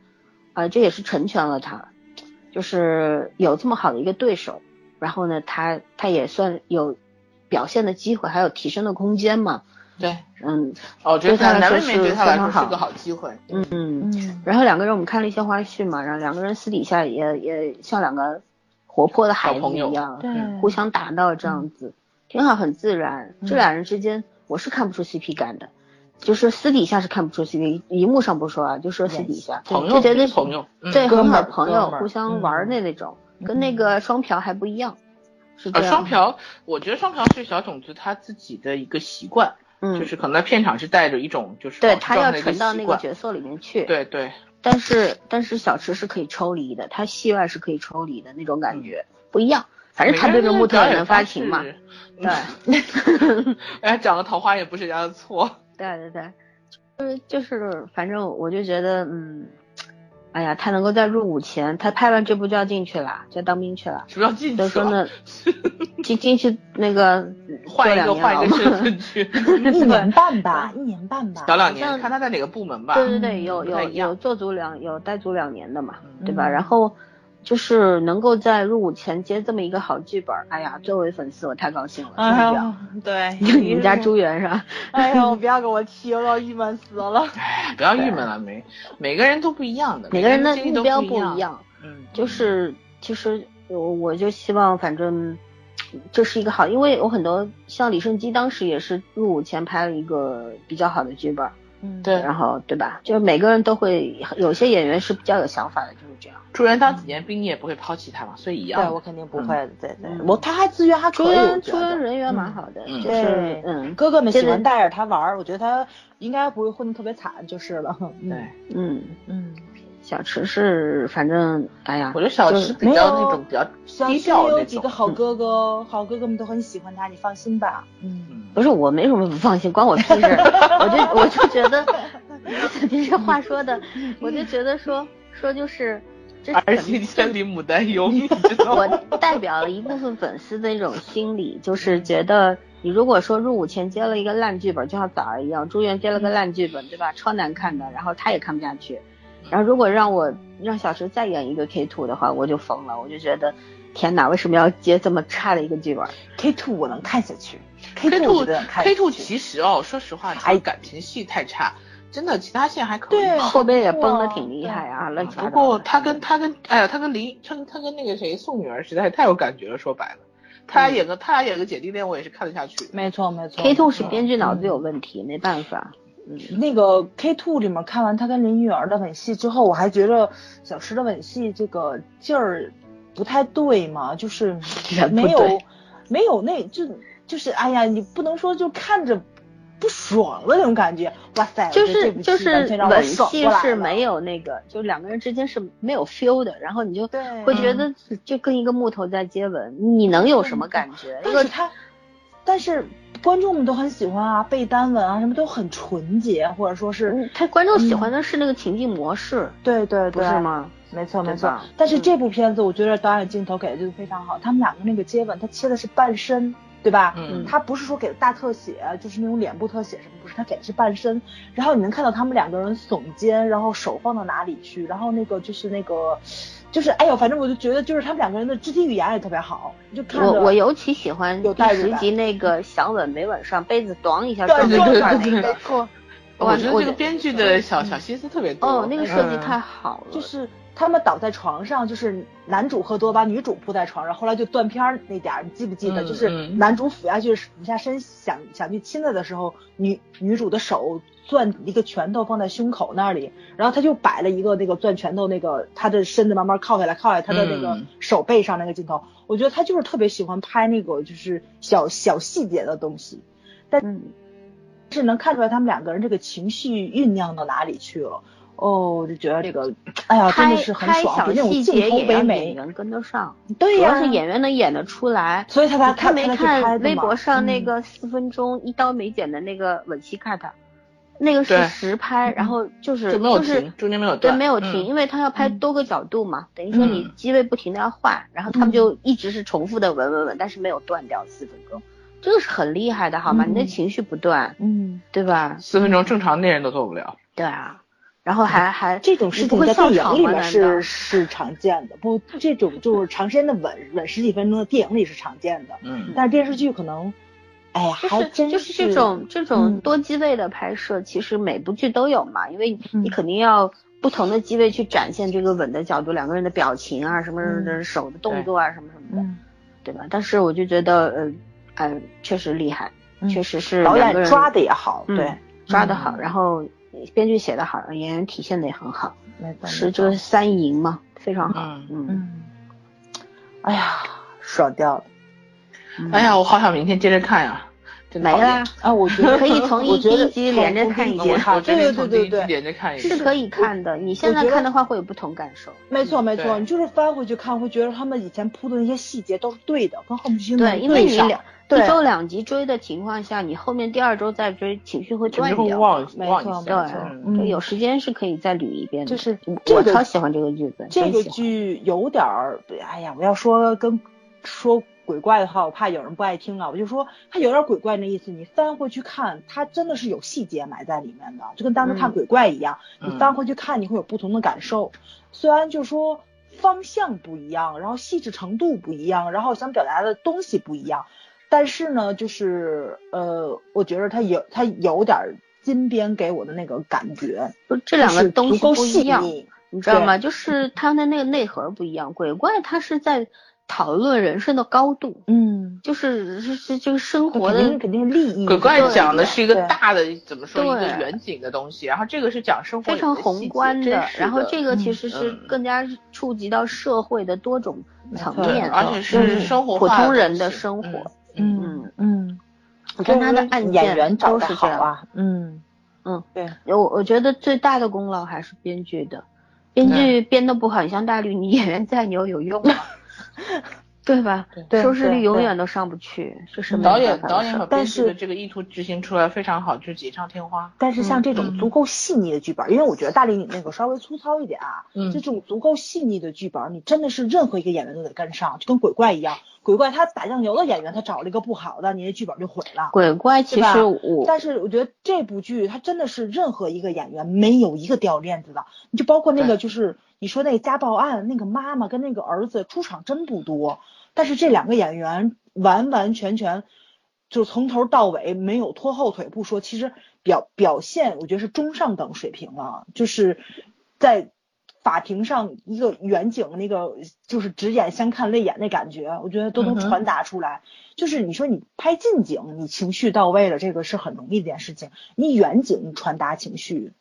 啊、这也是成全了她，就是有这么好的一个对手。然后呢，她她也算有表现的机会，还有提升的空间嘛。
对，
嗯
哦我觉得
对他
他
来
男
说
妹妹对
是
他来
非
说
常
是
好
个好机会。
嗯嗯。
嗯
然后两个人我们看了一些花絮嘛，然后两个人私底下也也像两个活泼的孩
小
子
朋友
一样，
对，
互相打闹这样子，挺好，很自然。
嗯
这俩人之间我是看不出 CP 感的，就是私底下是看不出 CP，荧幕上不说啊，就说私底下
朋
就
友
觉得
是朋友，嗯
对，
哥
很
们
好
儿
的朋
哥
友
们儿
互相玩儿的那种，
嗯
跟那个双瓢还不一样，是这
呃，
样。
双瓢，我觉得双瓢是小种子他自己的一个习惯，
嗯，
就是可能在片场是带着一种就是
对
保持
他
状态
要
的一
沉到
习
那个
惯
角色里面去。
对对，
但是但是小池是可以抽离的，他戏外是可以抽离的那种
嗯
感觉、不一样。反正他对着木头也能发情嘛，对
对，人家长得桃花也不是人家的错。
对对对，就是就是，反正我就觉得，嗯，哎呀，他能够在入伍前，他拍完这部就要进去了，就要当兵去了。
什么叫进去了？
所以说呢， 进进去那个
换一个
做两
换一个
年牢嘛
身份去，
一年半吧，
嗯
一年半吧，
小两
好像
年，看他在哪个部门吧。
对对对，有
不太
有
一样
有做足两有待足两年的嘛，
嗯
对吧？
嗯
然后就是能够在入伍前接这么一个好剧本，哎呀，作为粉丝我太高兴了，真的
哎
这 样。
呀，对，
你们家朱元是吧？
哎 呀，不要给我提了，郁闷死了。
哎，不要郁闷了，每每个人都不一样的，
每个人的
经历
目
都
标
不
不一。样，
嗯，
就是其实我我就希望反正这是一个好，因为有很多像李胜基当时也是入伍前拍了一个比较好的剧本，
嗯，
对
然后对吧？就是每个人都会有些演员是比较有想法的，就是这样。
朱元当几年兵，你也不会抛弃他嘛，所以一
对
样
我
的。
肯定不会的，对对，
嗯
我他还资源还
朱
可以，我
元
觉
朱元
得。
人缘蛮
嗯
好的，
嗯
就是
对
嗯
哥哥们喜
现在
欢带着他玩儿，我觉得他应该不会混得特别惨就是了。嗯
对，
嗯，
嗯，
小池是反正哎呀
我，觉得小池比
没
较
有
那种比较
小
低
区
调
有
那
几个
种。
好哥哥哦，好哥哥们都很喜欢他，你放心吧。嗯，
嗯
不是我没什么不放心，关我屁事儿。我就我就觉得，你这话说的，我就觉得说说就是，这
而
怎
且
么
千 里母担忧，你知道吗？
我代表了一部分粉丝的一种心理，就是觉得你如果说入伍前接了一个烂剧本，就像崽儿一样，朱元接了个烂剧本，对吧？超难看的，然后他也看不下去。然后如果让我让小池再演一个 K two 的话，我就疯了，我就觉得天哪，为什么要接这么差的一个剧本？
K two 我能看下去
K
two
two
我觉得能看
K
下
two
去
其实哦，说实话，哎，感情戏太差，真的，其他线还可以。
对
后背也崩的挺厉害啊，乱七八糟
不
的。嗯
过他跟他跟哎呀，他跟林他跟他跟那个谁宋女儿实在是太有感觉了，说白了，他
嗯
俩演个、他俩演个姐弟恋，我也是看得下去的。
没错没错
K two 是编剧脑子有问题，没办法。嗯
那个 K two 里面看完他跟林允儿的吻戏之后，我还觉得小池的吻戏这个劲儿不太对嘛，就是
人不
没
对
有没有那就就是哎呀，你不能说就看着不爽了那种感觉。哇塞，
就
我觉得这
是
部
就
戏完
是
全让
吻
我爽
戏
过来
是
了
没有那个，就两个人之间是没有 feel 的，然后你就
对，
会觉得就跟一个木头在接吻，你能有什么感觉？
但是他，但是观众们都很喜欢啊，被单吻啊什么都很纯洁，或者说是、
嗯他观众喜欢的是那个情境模式，
对对对，
不是？吗？
没错
对
没错
吧。
但是
嗯
这部片子，我觉得导演镜头给的就非常好，他们两个那个接吻，他切的是半身。对吧？
嗯
他不是说给的大特写，就是那种脸部特写什么，不是，他给的是半身。然后你能看到他们两个人耸肩，然后手放到哪里去，然后那个就是那个，就是哎呦，反正我就觉得就是他们两个人的肢体语言也特别好，你就看着
我我尤其喜欢
有
第
代入
十
感
集那个想吻没吻上，被子咣一下
对
撞在
对
一块
对
儿那
对
个
没，错。
我觉得这个编剧的小
嗯
小小心思特别多。
哦，那个设计
嗯
太好了，
就是他们倒在床上，就是男主喝多把女主扑在床上，后来就断片儿那点儿，你记不记得？
嗯
就是
嗯
男主俯下去俯下身想想去亲她的时候，女女主的手攥一个拳头放在胸口那里，然后他就摆了一个那个攥拳头那个他的身子慢慢靠下来，靠在他的那个
嗯
手背上那个镜头，我觉得他就是特别喜欢拍那个就是小小细节的东西。
嗯，
是能看出来他们两个人这个情绪酝酿到哪里去了。哦，我就觉得这个，哎呀，真
拍
的是很
拍
爽，
小
比那种
细
镜
节
头
也要
唯
演
美。
员跟得上，
对
主
呀、
要是演员能演得出来。
所以他才
你看
看
没
他才去拍
看
的
微
嘛
博上那
嗯
个四分钟一刀没剪的那个吻戏 cut，那个是
对
实拍，然后就是
就没有
是
停，中间没有
对，
断
没有停，
嗯
因为他要拍
嗯
多个角度嘛，等于说你
嗯
机位不停的要换，然后他们
嗯
就一直是重复的吻吻吻，但是没有断掉四分钟，这个是很厉害的，好吗？
嗯
你的情绪不断，
嗯，
对吧？
四分钟正常内人都做不了。
对啊，然后还还
哎这种事
你不
情
会
在
笑
电影
场
里
吗
面
难
是
道
是常见的，不，这种就是长时间的吻吻十几分钟的电影里是常见的，
嗯，
但是电视剧可能，哎呀，还
就是
真
就是这种这种
嗯
多机位的拍摄，其实每部剧都有嘛，因为
嗯
你肯定要不同的机位去展现这个吻的角度，两个人的表情啊，什么什么的
嗯
手的动作啊，什么什么的，
嗯，
对吧？但是我就觉得，呃，呃，确实厉害，
嗯
确实是
导
两个
演
人
抓的也好，
嗯
对，
抓的好，
嗯
然后编剧写的好，演员体现的也很好，
没错
是这个三赢嘛，非常好。
嗯
嗯，
嗯，哎呀，爽掉了。
嗯
哎，呀，我好想明天接着看呀，真的
没
好
了，
啊，我觉得
可以从一
我觉得
第一集连着
从
看
第
一
那
集
哦我
遍
我决
对
定从
对对
第
对
一集
对，
连着看一
是
遍。
可以看的。你现在
我觉得
看的话会有不同感受。
没错没
对
错，你就是翻回去看，会觉得他们以前铺的那些细节都是对的，跟后面剧情
对，
能
因为你
上
两
对
一周两集追的情况下，你后面第二周再追，情绪会
你
断
就会
掉。
忘
没
忘
错
一
对
下，嗯
嗯
对，有时间是可以再捋一遍的。
就是
我
这
我
个
超喜欢这个剧本，
这
真
个
喜欢
剧有点儿，哎呀，我要说跟说鬼怪的话，我怕有人不爱听啊。我就说它有点鬼怪那意思，你翻回去看，它真的是有细节埋在里面的，就跟当时看
嗯
鬼怪一样，
嗯
你翻回去看，你会有不同的感受。虽然就说方向不一样，然后细致程度不一样，然后想表达的东西不一样，但是呢，就是呃，我觉得它有它有点儿金边给我的那个感觉，
不这两
就
个
是
东西
足够
不一
细
样，
腻。
你知道
对
吗？就是他们的那个内核不一样。鬼怪他是在讨论人生的高度，
嗯，
就是是是这个生活
肯定
的
肯定是利益。
鬼怪
对
讲的是一个
对
大的，怎么说一
对
个远景的东西，然后这个是讲生活
非
里
常
的细
宏
节
观
真
的，
实
然后
的
这个其
嗯
实是
嗯
更加触及到社会的多种层
没错
对，
面，
而且
就是
生活
普
化的
通人
东
的
西
生
嗯
活。
嗯
嗯，
嗯，
你看他的案
演
件
员找
都
的
是这
好
样。
啊，嗯
嗯，
对，
我我觉得最大的功劳还是编剧的，编剧编的不好，你像大绿，你演员再牛有用 吗？对吧？
对
收视
对
率永
对嗯
远都上不去，这是没
导
有
演
办法的
导
事
演
儿
和
但
编剧的
是
这个意图执行出来非常好，就是锦上添花。
但是像这
嗯
种足够细腻的剧本，因为我觉得大理你那个稍微粗糙一点啊，
嗯
这种足够细腻的剧本，你真的是任何一个演员都得跟上，就跟鬼怪一样，鬼怪他打酱油的演员，他找了一个不好的，你那剧本就毁了。
鬼怪其
对吧
实我
但是我觉得这部剧它真的是任何一个演员没有一个掉链子的，你就包括那个就是你说那个家暴案，那个妈妈跟那个儿子出场真不多，但是这两个演员完完全全就从头到尾没有拖后腿不说，其实表表现我觉得是中上等水平了，就是在。法庭上一个远景，那个就是直眼相看泪眼那感觉，我觉得都能
嗯哼
传达出来。就是你说你拍近景，你情绪到位了，这个是很容易的一件事情。你远景你传达情绪，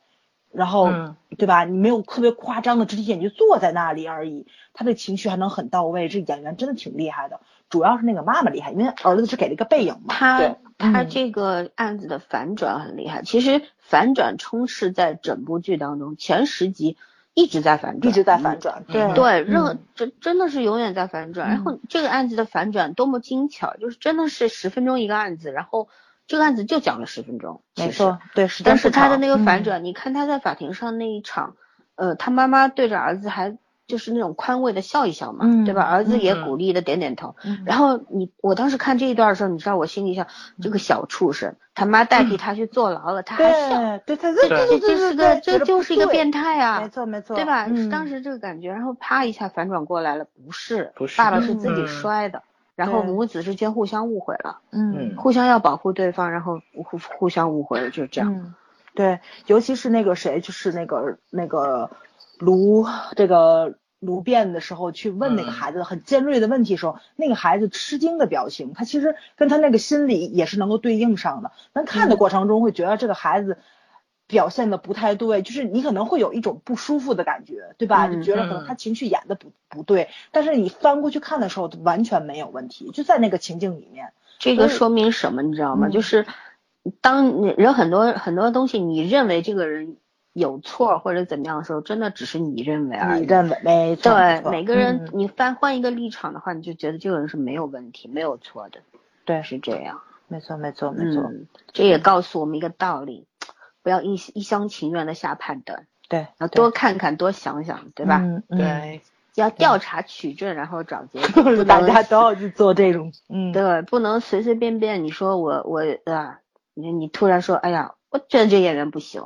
然后、
嗯
对吧？你没有特别夸张的肢体语言，你就坐在那里而已，他的情绪还能很到位。这演员真的挺厉害的，主要是那个妈妈厉害，因为儿子是给了一个背影嘛。
他
对
他
嗯
这个案子的反转很厉害，其实反转充斥在整部剧当中，前十集一直在反转，
一直在反转，
对
对，任何
嗯
真真的是永远在反转。然后这个案子的反转多么精巧，就是真的是十分钟一个案子，然后这个案子就讲了十分钟，
没
其实。
错，对，时间
但是
不
他的
长
那个反，
嗯
转，你看他在法庭上那一场，呃，他妈妈对着儿子还就是那种宽慰的笑一笑嘛，
嗯
对吧？儿子也
嗯
鼓励的点点头。
嗯
然后你，我当时看这一段的时候，你知道我心里想，这
嗯
个小畜生，他妈代替他去坐牢了，他还笑，
对对，他这
这
对
这这就是个这就是一个变
态，
态啊，
没错没错，
对吧？
嗯
当时这个感觉，然后啪一下反转过来了，不是，
不是
爸爸是自己
嗯
摔的，然后
对
母子之间互相误会了，
嗯
嗯，
互相要保护对方，然后互
嗯
互相误会了，就是这样。
嗯，对，尤其是那个谁，就是那个那个炉这个炉变的时候去问
嗯
那个孩子很尖锐的问题的时候，那个孩子吃惊的表情，他其实跟他那个心理也是能够对应上的。但看的
嗯
过程中会觉得这个孩子表现的不太对，就是你可能会有一种不舒服的感觉，对吧？
嗯
就觉得可能他情绪演的不不对，但是你翻过去看的时候完全没有问题，就在那个情境里面。
这
所
个
以
说明什么，你知道吗？
嗯
就是当你人很多很多东西，你认为这个人有错或者怎么样的时候，真的只是你认为而
你
已。
认为没错？没
嗯对
错
每个人
嗯，
你翻换一个立场的话，你就觉得这个人是没有问题、没有错的，
对，
是这样。
没错，没错，没错。
嗯，这也告诉我们一个道理，不要一一厢情愿的下判断，
对，
要
对
多看看、多想想，对吧？
嗯，嗯
对，
要调查取证，然后找 结果。
就是
不
大
能
家都要去做这种，嗯，
对，不能随随便便你说我我啊，你你突然说，哎呀，我觉得这演员不行，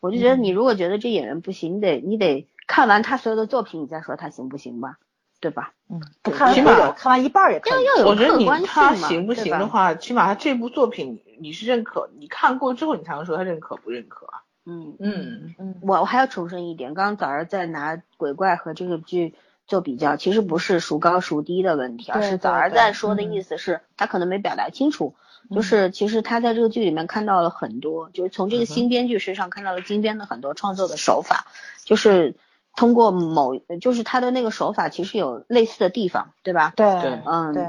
我就觉
嗯
得你如果觉得这演员不行，你得你得看完他所有的作品，你再说他行不行吧，对吧？
嗯，不看完
起
都
码
有，看完一半儿也可
要
以。
要有
我觉得
客
你
观
他
性嘛，
行不行
对
的
吧，
话，起码他这部作品你是认可，你看过之后你才能说他认可不认可啊。
嗯，
嗯，
嗯
我我还要重申一点，刚刚早上在拿鬼怪和这个剧。做比较，其实不是孰高孰低的问题，而
对
是
对
早儿
对
在说的
嗯
意思是，他可能没表达清楚，
嗯
就是其实他在这个剧里面看到了很多，就是从这个
嗯哼
新编剧身上看到了金编的很多创作的手法，就是通过某，就是他的那个手法其实有类似的地方，对吧？
对
对
嗯，
对，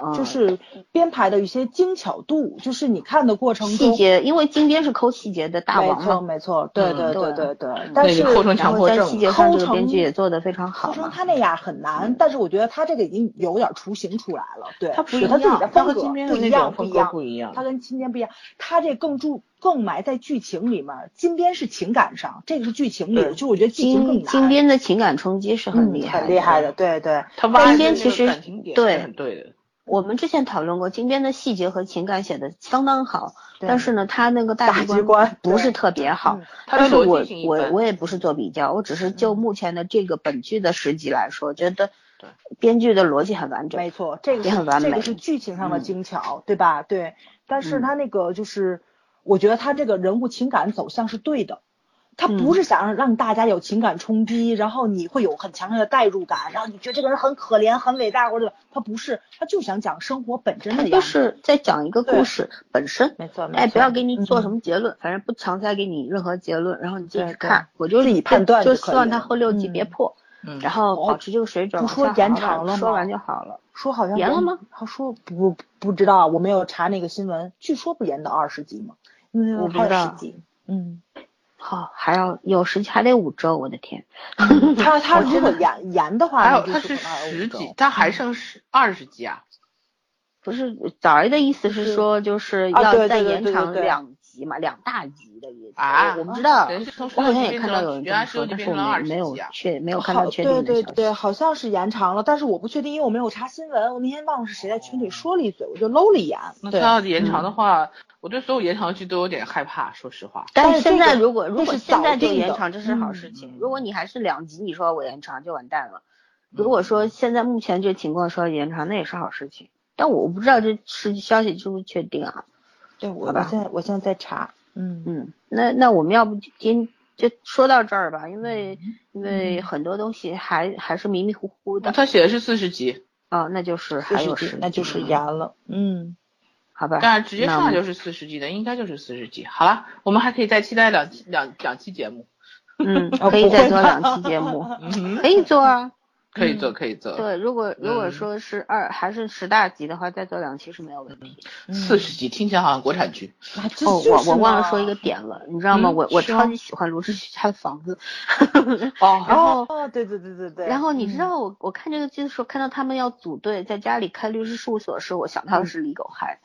嗯，
就是编排的一些精巧度，就是你看的过程中，
细节，因为金编是抠细节的大
没
王
错
嘛，
没错，对
嗯
对对
对
对对。但
那
是
个抠成
然
强
后
迫
在
症
细
了，
节上
抠
这个编
成
剧也做得非常好
说成
嘛。
他那样很难，但是我觉得他这个已经有点雏形出来了，对，
他不一
有他自己
样
的，
他
风
和
格
金边
不
的
一
那
样，
种
不一
风格
样。
不一样
他。跟金边不一样，他这更注更埋在剧情里面，金边是情感上，这个是剧情里，
对
就是我觉得剧情更
金
难。
金编的情感冲击是很
嗯
厉害，
很厉害的，。对对，
他挖的
但是
那
其实
个感情点
对
是很对的。
我们之前讨论过，金编的细节和情感写的相当好，
对
但是呢，他那个
大
大
局
局
观
不是
对
特别好。
嗯
他的
但是
逻
我
辑性一
我
般
我也不是做比较，我只是就目前的这个本剧的十集来说，觉得
对
编剧的逻辑很完整。
没错，这个
也
是
很完
这
美
个是剧情上的
嗯
精巧，对吧？对，但是
嗯
他那个就是，我觉得他这个人物情感走向是对的，他
嗯
不是想让让大家有情感冲击，然后你会有很强烈的代入感，然后你觉得这个人很可怜、很伟大或者他不是，他就想讲生活本真
它
的
就
样子。
是在讲一个故
对
事本身，
没错，没错，
哎，不要给你做
嗯
什么结论，反正不强塞给你任何结论，然后你自己
对
去
对
看。我就
自
是
己判断
就
就可
希
以
望它
了
后六集别
嗯
破，
嗯
然后
哦
保持这个水准
不
往
说
下
延
好好
长了
说
吗
完就好了。
说好像
严了
不
吗？
他说不不知道，我没有查那个新闻，据说不严到二十集嘛，因
我
为
不
还
知
有
道
十集。嗯，
好，哦还要有时还得五周，我的天，
他他
我觉
如果
得
严严的话，
还有
那就
他是
可能还有
十
五周
几，
嗯
他还剩十二十集啊。
不是早儿的意思
就是
是说就是
啊
要
对
再
对对
延
对对
长
对
两集嘛，两大集的意思。
啊
我我不知道，
人是从十
我好
六
像
集
也
变
看到有
成
人这
原来十六集
么说，但是
变成
我
了二十
没没有
集啊。
确没有看
哦好，
到确定的消
对对
息。
对，好像是延长了，但是我不确定，因为我没有查新闻。我那天忘了是谁在群里说了一嘴，我就搂了一眼。
那他
对，
要延
嗯
长的话，我对所有延长剧都有点害怕，说实话。
但
但
是
现
这
在
个
如果
这
如果
是
现
早
在就
定的
延长，这是好
嗯
事情
嗯。
如果你还是两集，你说我延长就完蛋了。
嗯
如果说现在目前这情况说延长，那也是好事情。但我不知道这是消息是不是确定啊？
对我
好
我
吧
现在我现在在查。嗯
嗯，那那我们要不今就说到这儿吧，因为
嗯
因为很多东西还还是迷迷糊糊的
那他写的是四十集，
啊，那就是还有
40
十
集，那嗯就是
集
严了。嗯，
好吧？
但是直接
那我
上来
们
就是四十集的，应该就是四十集。好了，我们还可以再期待两期两两期节目。
嗯，
哦
可以
不
再
会
做
吧
两期 节目，
嗯，
可以做啊。
可以做，可以做。
对，如果如果
嗯
说是二还是十大集的话，再做两期是没有问题。
四十集听起来好像国产剧。
还真
哦，
嗯就
我
是
我忘了
呢
说一个。点了，你知道吗？
嗯
我我
是
啊
吗
超级喜欢罗志
嗯
祥他的房 子，
哦
然后
哦，对对对对对。
然后你知
嗯
道我我看这个剧的时候，看到他们要组队在家里开律师事务所时，我想到的是李狗嗨，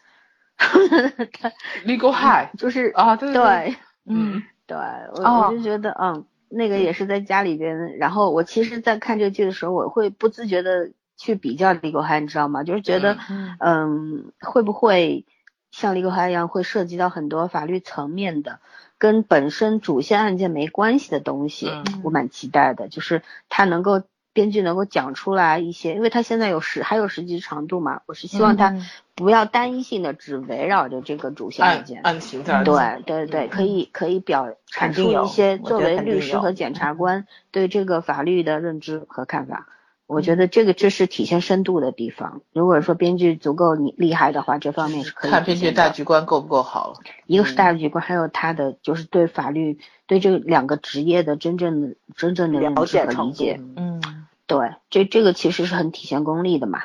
，Legal High
就是
哦
啊，对对，
对
嗯，
对，我
哦
我就觉得嗯，那个也是在家里边。然后我其实，在看这个剧的时候，我会不自觉的去比较李狗嗨，你知道吗？就是觉得
嗯
嗯，会不会像李狗嗨一样，会涉及到很多法律层面的，跟本身主线案件没关系的东西，
嗯
我蛮期待的。就是他能够编剧能够讲出来一些，因为他现在有十还有十集长度嘛，我是希望他
嗯
不要单一性的只围绕着这个主线
按
意见。
按情节而走
嗯
嗯
对对对，可以可以表阐
肯定
述
有
一些
我
作
觉得
为
肯
律
定
师
有嗯
和检察官对这个法律的认知和看法。
嗯
我觉得这个这是体现深度的地方。如果说编剧足够你厉害的话，这方面是可以
看
体
编剧
现
大
的
局观够不够好了。
一个是
嗯
大局观，还有他的就是对法律对这两个职业的真正的真正的认
了
知
解
和
程
理
度
解。
嗯，
对，这这个其实是很体现功力的嘛。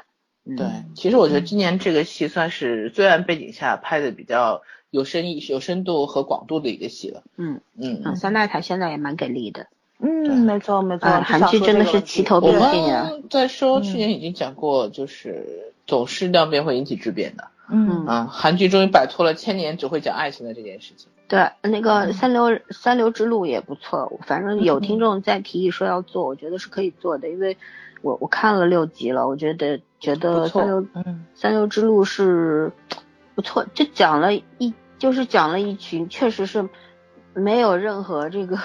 嗯
对，其实我觉得今年这个戏算是罪案背景下拍的比较有深意、有深度和广度的一个戏了。
嗯嗯，
嗯，
三大台现在也蛮给力的。
对
嗯，没错没错，
啊
就
韩
想
剧
说
真
这
的
个
是
问
齐
题
头
我
并进啊。
们在说
嗯
去年已经讲过，就是总是量变会引起质变的。
嗯
嗯
啊，韩剧终于摆脱了千年只会讲爱情的这件事情。
对，那个
嗯
三流三流之路也不错，反正有
嗯
听众在提议说要做，我觉得是可以做的，因为我我看了六集了，我觉得觉
不
得
错
三流
嗯
三流之路是不错，就讲了一就是讲了一群确实是没有任何这个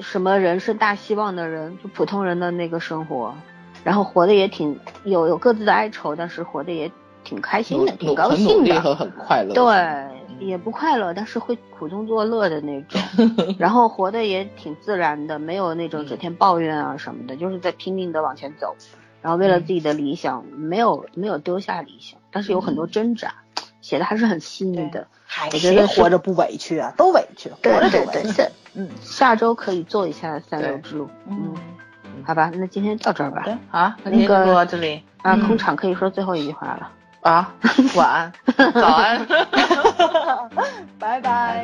什么人生大希望的人，就普通人的那个生活，然后活得也挺有有各自的哀愁，但是活得也挺开心
努
的，挺
努
高
很努
兴
力
的。
和很快乐。
对，也不快乐，但是会苦中作乐的那种，然后活得也挺自然的，没有那种整天抱怨啊什么的，就是在拼命的往前走，然后为了自己的理想，没有没有丢下理想，但是有很多挣扎，写的还是很细腻的。
嗨，
我觉
谁
得是
活着不委屈啊？都委屈，活着
对
都委
对
屈。
对，
嗯
下周可以做一下三流
对
之路。
嗯
嗯，，好吧，那今天到这儿
好
吧。
的，
好，啊那今天就
那个
录到这里
啊，
嗯
空场可以说最后 一句话了。
啊，晚安，早安。
拜拜。